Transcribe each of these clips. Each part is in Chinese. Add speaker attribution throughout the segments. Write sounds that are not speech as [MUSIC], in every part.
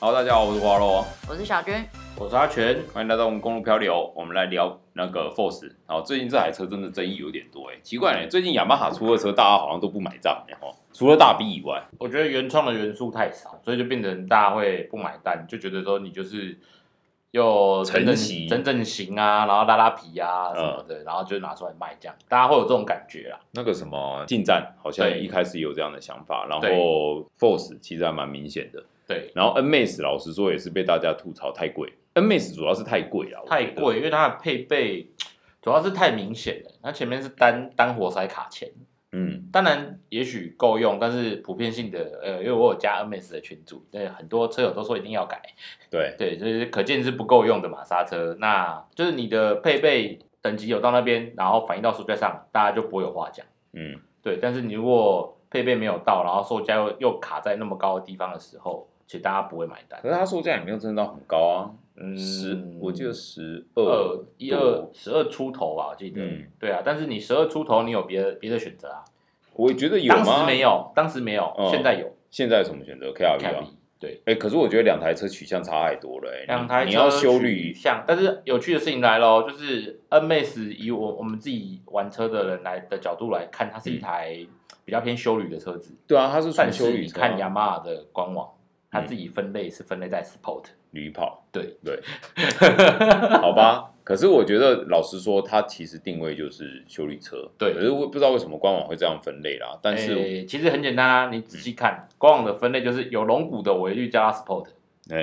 Speaker 1: 好，大家好，我是华罗，
Speaker 2: 我是小军。
Speaker 1: 我是阿全，欢迎来到我们公路漂流。我们来聊那个 Force。好，最近这台车真的争议有点多哎、奇怪哎、最近雅马哈出的车大家好像都不买账然后除了大 B 以外，
Speaker 3: 我觉得原创的元素太少，所以就变成大家会不买单，就觉得说你就是又整
Speaker 1: 承
Speaker 3: 整
Speaker 1: 袭嗯
Speaker 3: 整整形啊，然后拉拉皮啊什么的，然后就拿出来卖这样，大家会有这种感觉啦。
Speaker 1: 那个什么进站好像
Speaker 3: 对
Speaker 1: 一开始有这样的想法，然
Speaker 3: 对
Speaker 1: 后 Force 其实还蛮明显的，
Speaker 3: 对，
Speaker 1: 然后 NMAX 老实说也是被大家吐槽太贵，NMAX 主要是太贵啊了，我觉
Speaker 3: 太
Speaker 1: 得，
Speaker 3: 贵，因为它的配备主要是太明显了，它前面是单单活塞卡钳，
Speaker 1: 嗯，
Speaker 3: 当然也许够用，但是普遍性的，呃，因为我有加 MS 的群组，对很多车友都说一定要改，
Speaker 1: 对，
Speaker 3: 对，就是可见是不够用的嘛，刹车。那就是你的配备等级有到那边，然后反映到售价上，大家就不会有话讲。
Speaker 1: 嗯，
Speaker 3: 对，但是你如果配备没有到，然后售价又又卡在那么高的地方的时候，其实大家不会买单
Speaker 1: 可。是它售价也没有真的到很高啊，
Speaker 3: 嗯，
Speaker 1: 十、我记得十二，
Speaker 3: 二一二十二出头吧，我记得。
Speaker 1: 嗯
Speaker 3: 对啊，但是你十二出头，你有别的别的选择啊？
Speaker 1: 我觉得有
Speaker 3: 当
Speaker 1: 吗？
Speaker 3: 时没，有，当时没有，
Speaker 1: 嗯
Speaker 3: 现在有。
Speaker 1: 现在有什么选择？K R V 吧
Speaker 3: Cabby，。对，
Speaker 1: 哎、可是我觉得两台车取向差太多了、欸，
Speaker 3: 两台
Speaker 1: 你
Speaker 3: 车
Speaker 1: 你要修理，
Speaker 3: 像，但是有趣的事情来咯，就是 N Max 以我我们自己玩车的人来的角度来看，它是一台比较偏修旅的车子。
Speaker 1: 对啊，它是纯
Speaker 3: 但
Speaker 1: 嗯修
Speaker 3: 是
Speaker 1: 理
Speaker 3: 你
Speaker 1: 车、嗯
Speaker 3: 看雅
Speaker 1: 啊，
Speaker 3: 马哈的官网，它自己分类是分类在 Sport，
Speaker 1: 驴跑，
Speaker 3: 对
Speaker 1: 对， [LAUGHS] 好吧。可是我觉得，老实说，它其实定位就是修理车，
Speaker 3: 对
Speaker 1: 可是我不知道为什么官网会这样分类啦，但是，嗯哎、
Speaker 3: 诶其实很简单啊，你仔细看官网的分类就是有龙骨的，我一律叫它 Sport，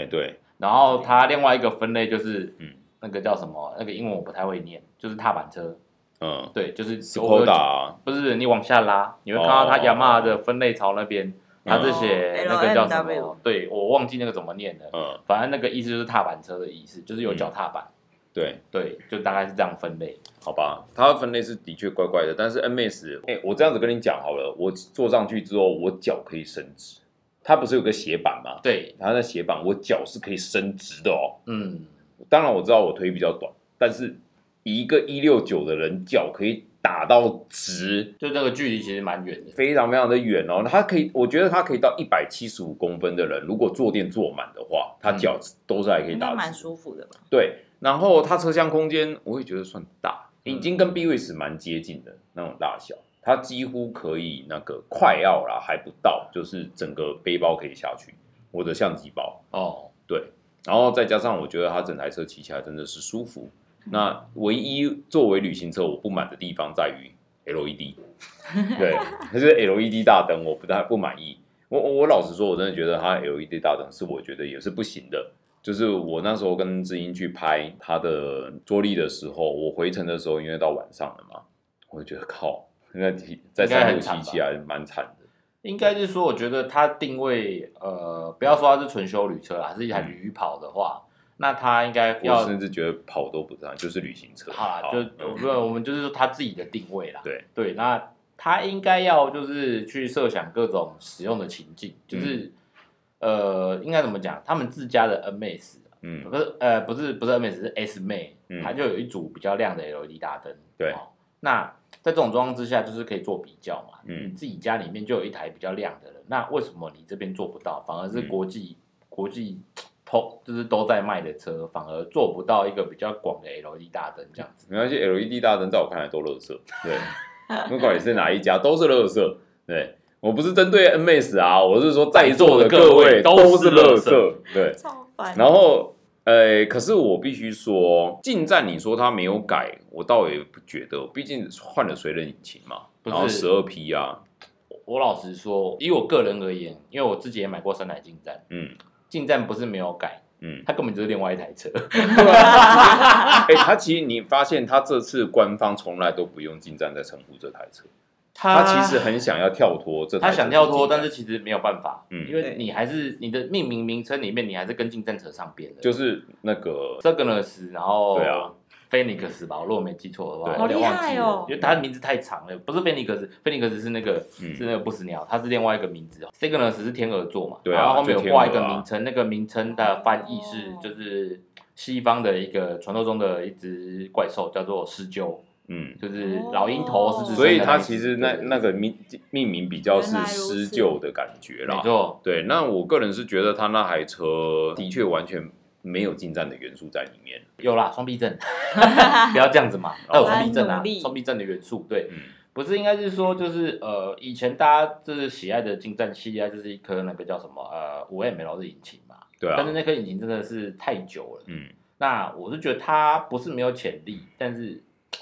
Speaker 1: 对，
Speaker 3: 然后它另外一个分类就是
Speaker 1: 嗯
Speaker 3: 那个叫什么？那个英文我不太会念，就是踏板车，
Speaker 1: 嗯
Speaker 3: 对，就是我有
Speaker 1: ，Skoda，啊
Speaker 3: 不是你往下拉，你会看到它
Speaker 1: 哦
Speaker 3: 雅马哈的分类槽那边，它
Speaker 1: 嗯
Speaker 3: 这些
Speaker 2: 哦
Speaker 3: 那个叫什
Speaker 2: LMW
Speaker 3: 么？对我忘记那个怎么念了，
Speaker 1: 嗯，
Speaker 3: 反正那个意思就是踏板车的意思，就是有脚踏板。
Speaker 1: 对，
Speaker 3: 对，就大概是这样分类。
Speaker 1: 好吧，它的分类是的确怪怪的，但是 N S，哎、我这样子跟你讲好了，我坐上去之后，我脚可以伸直，它不是有个斜板吗？
Speaker 3: 对，
Speaker 1: 它的斜板，我脚是可以伸直的哦。
Speaker 3: 嗯，
Speaker 1: 当然我知道我腿比较短，但是以一个一六九的人，脚可以打到直，
Speaker 3: 就那个距离其实蛮远的。
Speaker 1: 非常非常的远哦。他可以，我觉得他可以到一百七十五公分的人，如果坐垫坐满的话，他脚都是还可以
Speaker 2: 应
Speaker 1: 打
Speaker 2: 该
Speaker 1: 直。
Speaker 2: 蛮舒服的吧？
Speaker 1: 对，然后它车厢空间我也觉得算大，
Speaker 3: 嗯
Speaker 1: 已经跟 B 位十蛮接近的那种大小，它几乎可以那个快要啦，还不到，就是整个背包可以下去，我的相机包，
Speaker 3: 哦，
Speaker 1: 然后再加上我觉得它整台车骑起来真的是舒服。
Speaker 3: 嗯
Speaker 1: 那唯一作为旅行车我不满的地方在于
Speaker 3: [LAUGHS]
Speaker 1: LED，对，可是 LED 大灯我不太不满意。我我我老实说，我真的觉得它 LED 大灯是我觉得也是不行的。就是我那时候跟志英去拍它的桌立的时候，我回程的时候，因为到晚上了嘛，我就觉得靠，那骑在山路
Speaker 3: 应该
Speaker 1: 骑
Speaker 3: 很惨吧
Speaker 1: 起来蛮惨的。
Speaker 3: 应该是说，我觉得它定位，呃，不要说它是纯修旅车啦，是一台
Speaker 1: 嗯
Speaker 3: 旅跑的话，那它应该
Speaker 1: 我
Speaker 3: 要
Speaker 1: 甚至觉得跑都不算，就是旅行车。
Speaker 3: 好啦，就
Speaker 1: 嗯
Speaker 3: 不，我们就是说他自己的定位啦。
Speaker 1: 对
Speaker 3: 对，那他应该要就是去设想各种使用的情境，就是、呃，应该怎么讲？他们自家的 N Max
Speaker 1: 嗯
Speaker 3: 不是呃不是不是 N Max 是 S m a
Speaker 1: 嗯
Speaker 3: 它就有一组比较亮的 LED 大灯。
Speaker 1: 对
Speaker 3: 哦那在这种状况之下，就是可以做比较嘛。
Speaker 1: 嗯
Speaker 3: 你自己家里面就有一台比较亮的了，那为什么你这边做不到，反而是
Speaker 1: 嗯
Speaker 3: 国际、国际通就是都在卖的车，反而做不到一个比较广的 LED 大灯这样子？
Speaker 1: 没关系，LED 大灯在我看来都垃圾，对，不管你是哪一家都是垃圾，对我不是针对 NMS 啊，我是说在座的各位
Speaker 3: 在座的各位
Speaker 1: 都是垃
Speaker 3: 都是
Speaker 1: 圾
Speaker 3: 垃圾，
Speaker 1: 对。
Speaker 2: 超烦
Speaker 1: 然后，呃，可是我必须说，进站你说它没有改，我倒也不觉得，毕竟换了水冷引擎嘛，
Speaker 3: 不是
Speaker 1: 然后十二 P 啊，
Speaker 3: 我老实说，以我个人而言，因为我自己也买过三台进站，
Speaker 1: 嗯
Speaker 3: 进站不是没有改， [LAUGHS]
Speaker 1: 嗯，
Speaker 3: 它根本就是另外一台车。
Speaker 1: [LAUGHS] 哎、它其实你发现它这次官方从来都不用进站在称呼这台车，它
Speaker 3: 它
Speaker 1: 其实很想要跳脱这台
Speaker 3: 他
Speaker 1: 车是进站，
Speaker 3: 想跳脱，但是其实没有办法，
Speaker 1: 嗯
Speaker 3: 因为你还是你的命名名称里面，你还是跟进站扯上边的，
Speaker 1: 就是那个
Speaker 3: 这个呢是，然后
Speaker 1: 对啊。
Speaker 3: 菲尼克斯吧，如果我没记错的话，
Speaker 1: 对
Speaker 3: 我有点忘
Speaker 2: 好厉害
Speaker 3: 记了，
Speaker 2: 哦
Speaker 3: 因为它的名字太长了，不是菲尼克斯，菲尼克斯是那个、
Speaker 1: 嗯
Speaker 3: 是那个不死鸟，它是另外一个名字。这个呢只是天鹅座嘛，
Speaker 1: 对啊
Speaker 3: 然后后面有挂一
Speaker 1: 就
Speaker 3: 个
Speaker 1: 天鹅啊
Speaker 3: 名称，那个名称的翻译是、
Speaker 2: 哦
Speaker 3: 就是西方的一个传说中的一只怪兽叫做狮鹫，
Speaker 1: 嗯，
Speaker 3: 就是老鹰头是指
Speaker 2: 哦
Speaker 1: 所以它
Speaker 3: 它
Speaker 1: 其实那那个命命名比较是施救的感觉
Speaker 3: 没
Speaker 1: 啦。
Speaker 3: 错，
Speaker 1: 对，那我个人是觉得它那台车的确完全没有进站的元素在里面。
Speaker 3: 有啦，双
Speaker 2: [LAUGHS]
Speaker 3: 避震，不要这样子嘛，那有双避震啊
Speaker 2: 我要努，力
Speaker 3: 双避震的元素，对，
Speaker 1: 嗯，
Speaker 3: 不是应该是说就是呃，以前大家就是喜爱的进站系列就是一颗那个叫什么呃五 ML 的引擎嘛，
Speaker 1: 对啊
Speaker 3: 但是，那颗引擎真的是太久了，
Speaker 1: 嗯，
Speaker 3: 那我是觉得它不是没有潜力，但是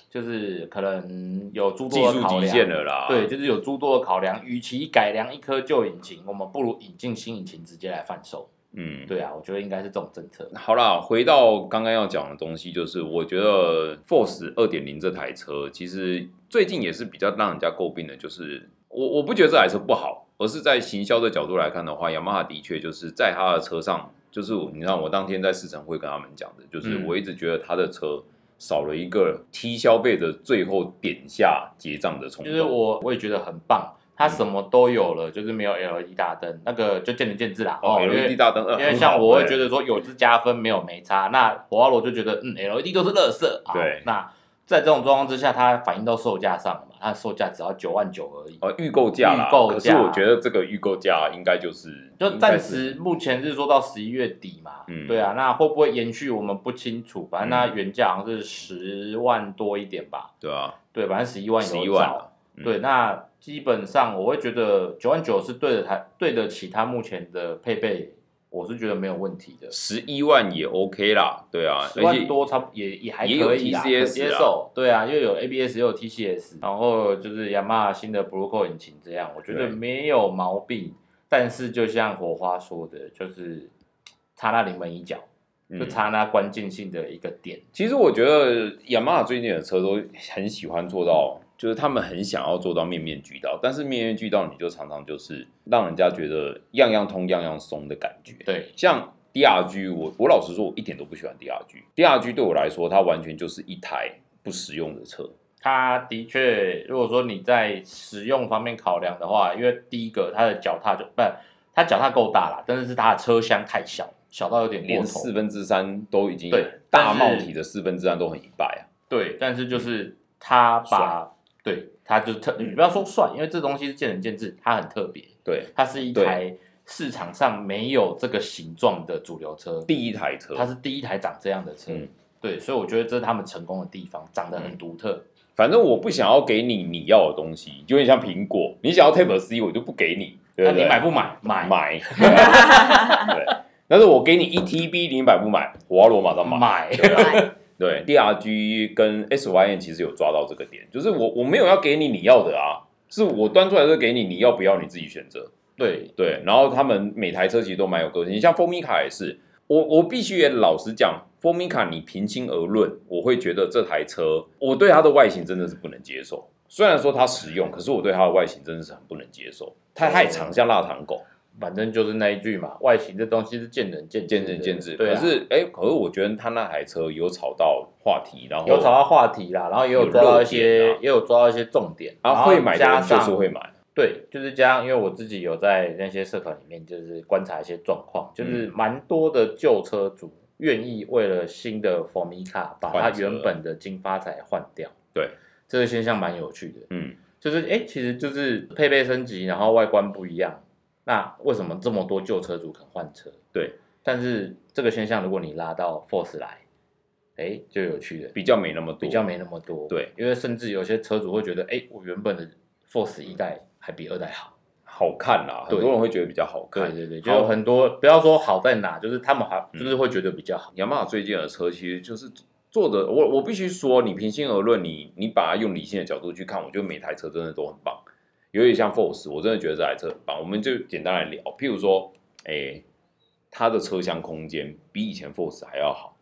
Speaker 3: 就是可能有诸
Speaker 1: 技
Speaker 3: 多的
Speaker 1: 术
Speaker 3: 考
Speaker 1: 极限
Speaker 3: 量。
Speaker 1: 了啦。
Speaker 3: 对，就是有诸多的考量。与其改良一颗旧引擎，我们不如引进新引擎直接来贩售。
Speaker 1: 嗯，
Speaker 3: 对啊，我觉得应该是这种政策。
Speaker 1: 好啦，回到刚刚要讲的东西，就是我觉得 Force 二点零这台车，其实最近也是比较让人家诟病的，就是我我不觉得这台车不好，而是在行销的角度来看的话，雅马哈的确就是在它的车上，就是我你知道我当天在试乘会跟他们讲的，就是
Speaker 3: 嗯
Speaker 1: 我一直觉得它的车少了一个踢消费者最后点下结账的冲
Speaker 3: 就是
Speaker 1: 动。哦
Speaker 3: 我我也觉得很棒，它
Speaker 1: 嗯
Speaker 3: 什么都有了，就是没有 LED 大灯，那个就见仁见智啦。
Speaker 1: 哦
Speaker 3: 因为
Speaker 1: ，LED 大灯，呃
Speaker 3: 因为
Speaker 1: 很好
Speaker 3: 像我会
Speaker 1: 欸
Speaker 3: 觉得说有是加分，没有没差。那火花罗就觉得，嗯，LED 都是垃圾。好
Speaker 1: 对
Speaker 3: 那在这种状况之下，它反映到售价上了嘛？它的售价只要九万九而已。
Speaker 1: 呃预购价啦，
Speaker 3: 预购
Speaker 1: 可是
Speaker 3: 价
Speaker 1: 我觉得这个预购价应该就是
Speaker 3: 就
Speaker 1: 应该
Speaker 3: 暂
Speaker 1: 是
Speaker 3: 时目前是说到十一月底嘛，
Speaker 1: 嗯
Speaker 3: 对啊，那会不会延续我们不清楚，反正它原价好像是十万多一点吧，
Speaker 1: 对啊，
Speaker 3: 对，反正十一万
Speaker 1: 十一
Speaker 3: 有
Speaker 1: 万
Speaker 3: 找
Speaker 1: 啊。嗯
Speaker 3: 对，那基本上我会觉得九万九是对得它对得起它目前的配备，我是觉得没有问题的。
Speaker 1: 十一万也 OK 啦，对啊，
Speaker 3: 十
Speaker 1: 而
Speaker 3: 万
Speaker 1: 且
Speaker 3: 多差不也也还
Speaker 1: 也有
Speaker 3: 可以啦，可
Speaker 1: TCS
Speaker 3: 接
Speaker 1: 啦
Speaker 3: 受。对啊，又有 ABS 又有 TCS，然后就是雅马哈新的 Bluco 引擎这样，我觉得
Speaker 1: 对
Speaker 3: 没有毛病。但是就像火花说的，就是差那临门一脚，就
Speaker 1: 嗯
Speaker 3: 差那关键性的一个点。
Speaker 1: 其实我觉得雅马哈最近的车都很喜欢做到，就是他们很想要做到面面俱到，但是面面俱到你就常常就是让人家觉得样样通样样松的感觉。
Speaker 3: 对，
Speaker 1: 像 DRG，我我老实说，我一点都不喜欢 DRG。DRG 对我来说，它完全就是一台不实用的车。
Speaker 3: 它的确，如果说你在使用方面考量的话，因为第一个它的脚踏就不，它脚踏够大啦，但是是它的车厢太小，小到有点过
Speaker 1: 连
Speaker 3: 头
Speaker 1: 四。分之三都已经
Speaker 3: 对
Speaker 1: 大
Speaker 3: 但
Speaker 1: 帽
Speaker 3: 是
Speaker 1: 体的四分之三都很一败啊，
Speaker 3: 对，但是就是他把对他就是特，你不要说帅，因为这东西是见仁见智，它很特别，
Speaker 1: 对，
Speaker 3: 它是一
Speaker 1: 对
Speaker 3: 台市场上没有这个形状的主流车，
Speaker 1: 第一台车，
Speaker 3: 它是第一台长这样的车，
Speaker 1: 嗯
Speaker 3: 对，所以我觉得这是他们成功的地方，长得很独
Speaker 1: 嗯
Speaker 3: 特，
Speaker 1: 反正我不想要给你你要的东西，有点像苹果，你想要 Type C 我就不给你，对
Speaker 3: 那
Speaker 1: 不对？
Speaker 3: 啊你买不买？买
Speaker 1: 买， [LAUGHS] 对。但是我给你一 TB，你买不买？火花罗马上买。
Speaker 3: 买，
Speaker 1: [LAUGHS] 对，DRG 跟 SYN 其实有抓到这个点，就是我我没有要给你你要的啊，是我端出来的给你，你要不要你自己选择。
Speaker 3: 对，
Speaker 1: 对，然后他们每台车其实都蛮有个性，像风米卡也是，我我必须也老实讲，风米卡你平心而论，我会觉得这台车，我对它的外形真的是不能接受。虽然说它实用，可是我对它的外形真的是很不能接受，
Speaker 3: 哦
Speaker 1: 它太长，像腊肠狗，
Speaker 3: 反正就是那一句嘛，外形这东西是见仁见智
Speaker 1: 见
Speaker 3: 的
Speaker 1: 仁见智。
Speaker 3: 对、啊，
Speaker 1: 可是哎、可是我觉得他那台车有炒到话题，然后啊
Speaker 3: 有找到话题啦，然后也有
Speaker 1: 有
Speaker 3: 抓到
Speaker 1: 热
Speaker 3: 一些，
Speaker 1: 点啊
Speaker 3: 也有抓到一些重点，然
Speaker 1: 啊，
Speaker 3: 后
Speaker 1: 会买的
Speaker 3: 加
Speaker 1: 人就
Speaker 3: 上
Speaker 1: 是会买，
Speaker 3: 对，就是加上，因为我自己有在那些社团里面，就是观察一些状况，就是
Speaker 1: 嗯
Speaker 3: 蛮多的旧车主愿意为了新的 Formica 把它
Speaker 1: 换车
Speaker 3: 原本的金发财换掉。
Speaker 1: 对，
Speaker 3: 这个现象蛮有趣的，
Speaker 1: 嗯，
Speaker 3: 就是哎，诶其实就是配备升级，然后外观不一样，那为什么这么多旧车主肯换车？
Speaker 1: 对，
Speaker 3: 但是这个现象如果你拉到 Force 来，哎，就有趣了。
Speaker 1: 比较没那么多，
Speaker 3: 比较没那么多，
Speaker 1: 对，
Speaker 3: 因为甚至有些车主会觉得，哎、我原本的 Force 一代还比二代好，
Speaker 1: 好看啦，很
Speaker 3: 对
Speaker 1: 多人会觉得比较好嗯看
Speaker 3: 对。对对，就有很多不要说好在哪，就是他们还就是会觉得比较好。
Speaker 1: 雅马哈最近的车其实就是做的，我我必须说，你平心而论，你你把它用理性的角度去看，我觉得每台车真的都很棒。尤其像 Force，我真的觉得这台车很棒。我们就简单来聊，譬如说，哎、它的车厢空间比以前 Force 还要好。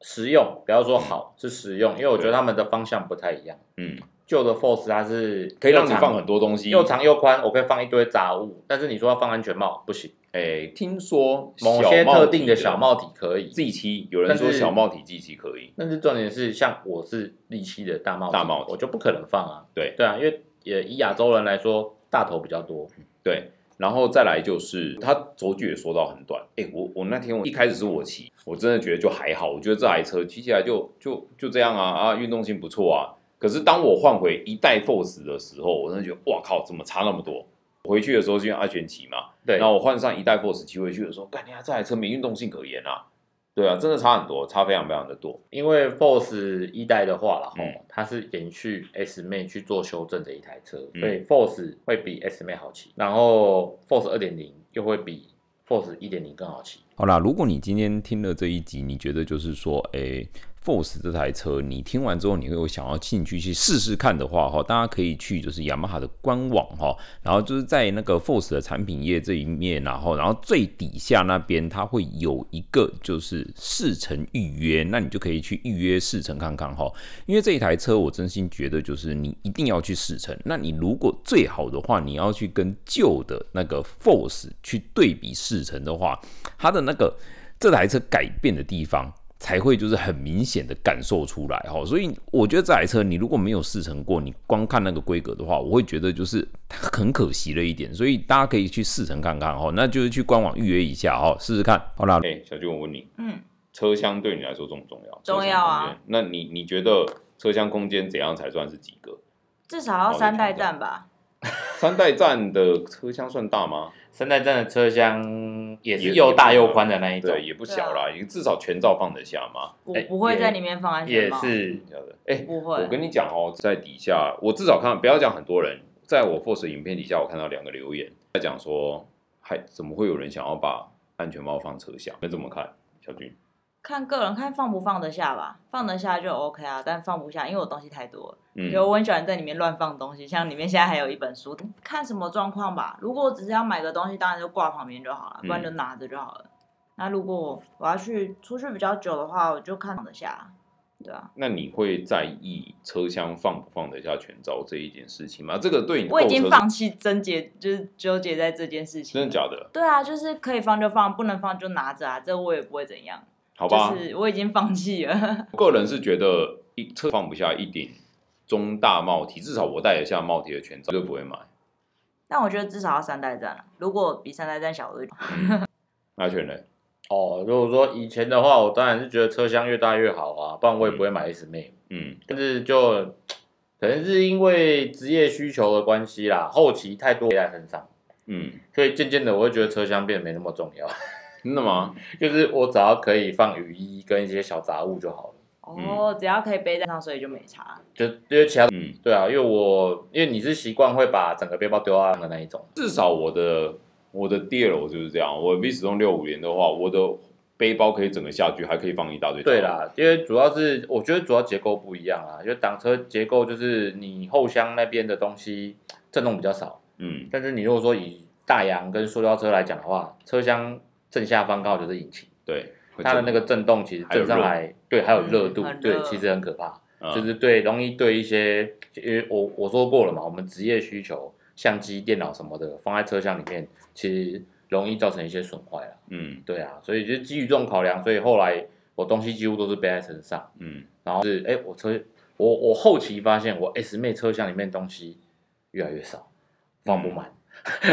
Speaker 3: 实用，不要说好是实用，因为我觉得他们的方向不太一样。
Speaker 1: 嗯，
Speaker 3: 旧的 Force 它是
Speaker 1: 可以让你
Speaker 3: 又长
Speaker 1: 放很多东西。
Speaker 3: 又长又宽，我可以放一堆杂物，但是你说要放安全帽不行，
Speaker 1: 哎、听说
Speaker 3: 某
Speaker 1: 小
Speaker 3: 些
Speaker 1: 帽啊
Speaker 3: 特
Speaker 1: 体
Speaker 3: 定的小帽体可以。
Speaker 1: G 七，有人说
Speaker 3: 但是
Speaker 1: 小帽体 G 七可以。
Speaker 3: 但是重点是，像我是利息的大帽体
Speaker 1: 大帽体
Speaker 3: 我就不可能放啊。
Speaker 1: 对
Speaker 3: 对啊，因为也以亚洲人来说，大头比较多。
Speaker 1: 对，然后再来就是它轴距也缩到很短。哎，我我那天我一开始是我骑，我真的觉得就还好，我觉得这台车骑起来就就就这样啊啊，运动性不错啊。可是当我换回一代 Force 的时候，我真的觉得哇靠，怎么差那么多？我回去的时候是用安全骑嘛，
Speaker 3: 对，
Speaker 1: 然后我换上一代 Force 骑回去的时候，干，你看这台车没运动性可言啊！对啊，真的差很多，差非常非常的多。
Speaker 3: 因为 Force 一代的话啦，吼、
Speaker 1: 嗯
Speaker 3: 它是延续 S 妹去做修正的一台车，
Speaker 1: 嗯
Speaker 3: 所以 Force 会比 S 妹好骑，然后 Force 二点零又会比 Force 一点零更好骑。
Speaker 1: 好啦，如果你今天听了这一集，你觉得就是说，诶、f o r c e 这台车，你听完之后，你会有想要进去去试试看的话，哈，大家可以去就是雅马哈的官网哈，然后就是在那个 Force 的产品页这一面，然后然后最底下那边它会有一个就是试乘预约，那你就可以去预约试乘看看哈。因为这一台车，我真心觉得就是你一定要去试乘。那你如果最好的话，你要去跟旧的那个 Force 去对比试乘的话，它的那个这台车改变的地方。才会就是很明显的感受出来哈，所以我觉得这台车你如果没有试乘过，你光看那个规格的话，我会觉得就是很可惜了一点，所以大家可以去试乘看看哈， [LAUGHS] 那就是去官网预约一下哈，试试看。好啦，哎、小俊，我问你，
Speaker 2: 嗯，
Speaker 1: 车厢对你来说重不重要？
Speaker 2: 重要啊
Speaker 1: 车厢空间。那你你觉得车厢空间怎样才算是及格？
Speaker 2: 至少要三代站吧。
Speaker 1: 三代站的车厢算大吗？
Speaker 3: 三代站的车厢也
Speaker 1: 也
Speaker 3: 是又大又宽的那一种，
Speaker 1: 对，也不小啦，
Speaker 2: 啊
Speaker 1: 也至少全罩放得下嘛。
Speaker 2: 我
Speaker 3: 哎
Speaker 2: 不会
Speaker 3: 也
Speaker 2: 在里面放安全
Speaker 3: 也
Speaker 2: 帽，
Speaker 3: 是
Speaker 1: 这样的，哎、
Speaker 2: 不
Speaker 1: 我
Speaker 2: 会。
Speaker 1: 跟你讲哦，在底下我至少看，不要讲很多人，在我 Force 影片底下，我看到两个留言在讲说，还怎么会有人想要把安全帽放车厢？你怎么看，小军？
Speaker 2: 看个人看放不放得下吧，放得下就 OK 啊，但放不下，因为我东西太多了。
Speaker 1: 嗯
Speaker 2: 有我很喜欢在里面乱放东西，像里面现在还有一本书，看什么状况吧。如果我只是要买个东西，当然就挂旁边就好了，不然
Speaker 1: 嗯
Speaker 2: 就拿着就好了。那如果我要去出去比较久的话，我就看得下，对啊。
Speaker 1: 那你会在意车厢放不放得下全罩这一件事情吗？这个对你
Speaker 2: 我已
Speaker 1: 购车
Speaker 2: 经
Speaker 1: 是
Speaker 2: 放弃纠结，就是纠结在这件事情。
Speaker 1: 真的假的？
Speaker 2: 对啊，就是可以放就放，不能放就拿着啊，这我也不会怎样。
Speaker 1: 好吧，
Speaker 2: 就是我已经放弃了， [LAUGHS]
Speaker 1: 我个人是觉得一车放不下一顶中大帽 T，至少我戴得下帽 T 的全罩，绝对不会买。
Speaker 2: 但我觉得至少要三代站了。如果比三代站小
Speaker 3: 嗯
Speaker 2: 的，
Speaker 1: 那选人
Speaker 3: 哦。如果说以前的话，我当然是觉得车厢越大越好啊，不然我也不会买 S 妹。
Speaker 1: 嗯，
Speaker 3: 但是就可能是因为职业需求的关系啦，后期太多在身上，
Speaker 1: 嗯，
Speaker 3: 所以渐渐的我会觉得车厢变得没那么重要， [LAUGHS]
Speaker 1: 真的吗？
Speaker 3: 就是我只要可以放雨衣跟一些小杂物就好了。
Speaker 2: 哦，只要可以背在上，所以就没差。
Speaker 3: 就因为其他
Speaker 1: 嗯，
Speaker 3: 对啊，因为我因为你是习惯会把整个背包丢到的那一种，
Speaker 1: 至少我的我的 DL 就是这样，我 V 始终六五零的话，我的背包可以整个下去，还可以放一大堆。
Speaker 3: 对，啦，因为主要是我觉得主要结构不一样啊，因为挡车结构就是你后箱那边的东西震动比较少，
Speaker 1: 嗯，
Speaker 3: 但是你如果说以大洋跟塑料车来讲的话，车厢正下方刚好就是引擎，
Speaker 1: 对，
Speaker 3: 它的那个震动其实震上来，对，还有热度，啊
Speaker 2: 嗯很热
Speaker 3: 对，其实很可怕，
Speaker 1: 嗯
Speaker 3: 就是对容易对一些，因为我我说过了嘛，我们职业需求，相机、电脑什么的放在车厢里面，其实容易造成一些损坏了。
Speaker 1: 嗯
Speaker 3: 对啊，所以就是基于这种考量，所以后来我东西几乎都是背在身上，
Speaker 1: 嗯，
Speaker 3: 然后是哎、我车我我后期发现我 S 妹车厢里面东西越来越少，放不满，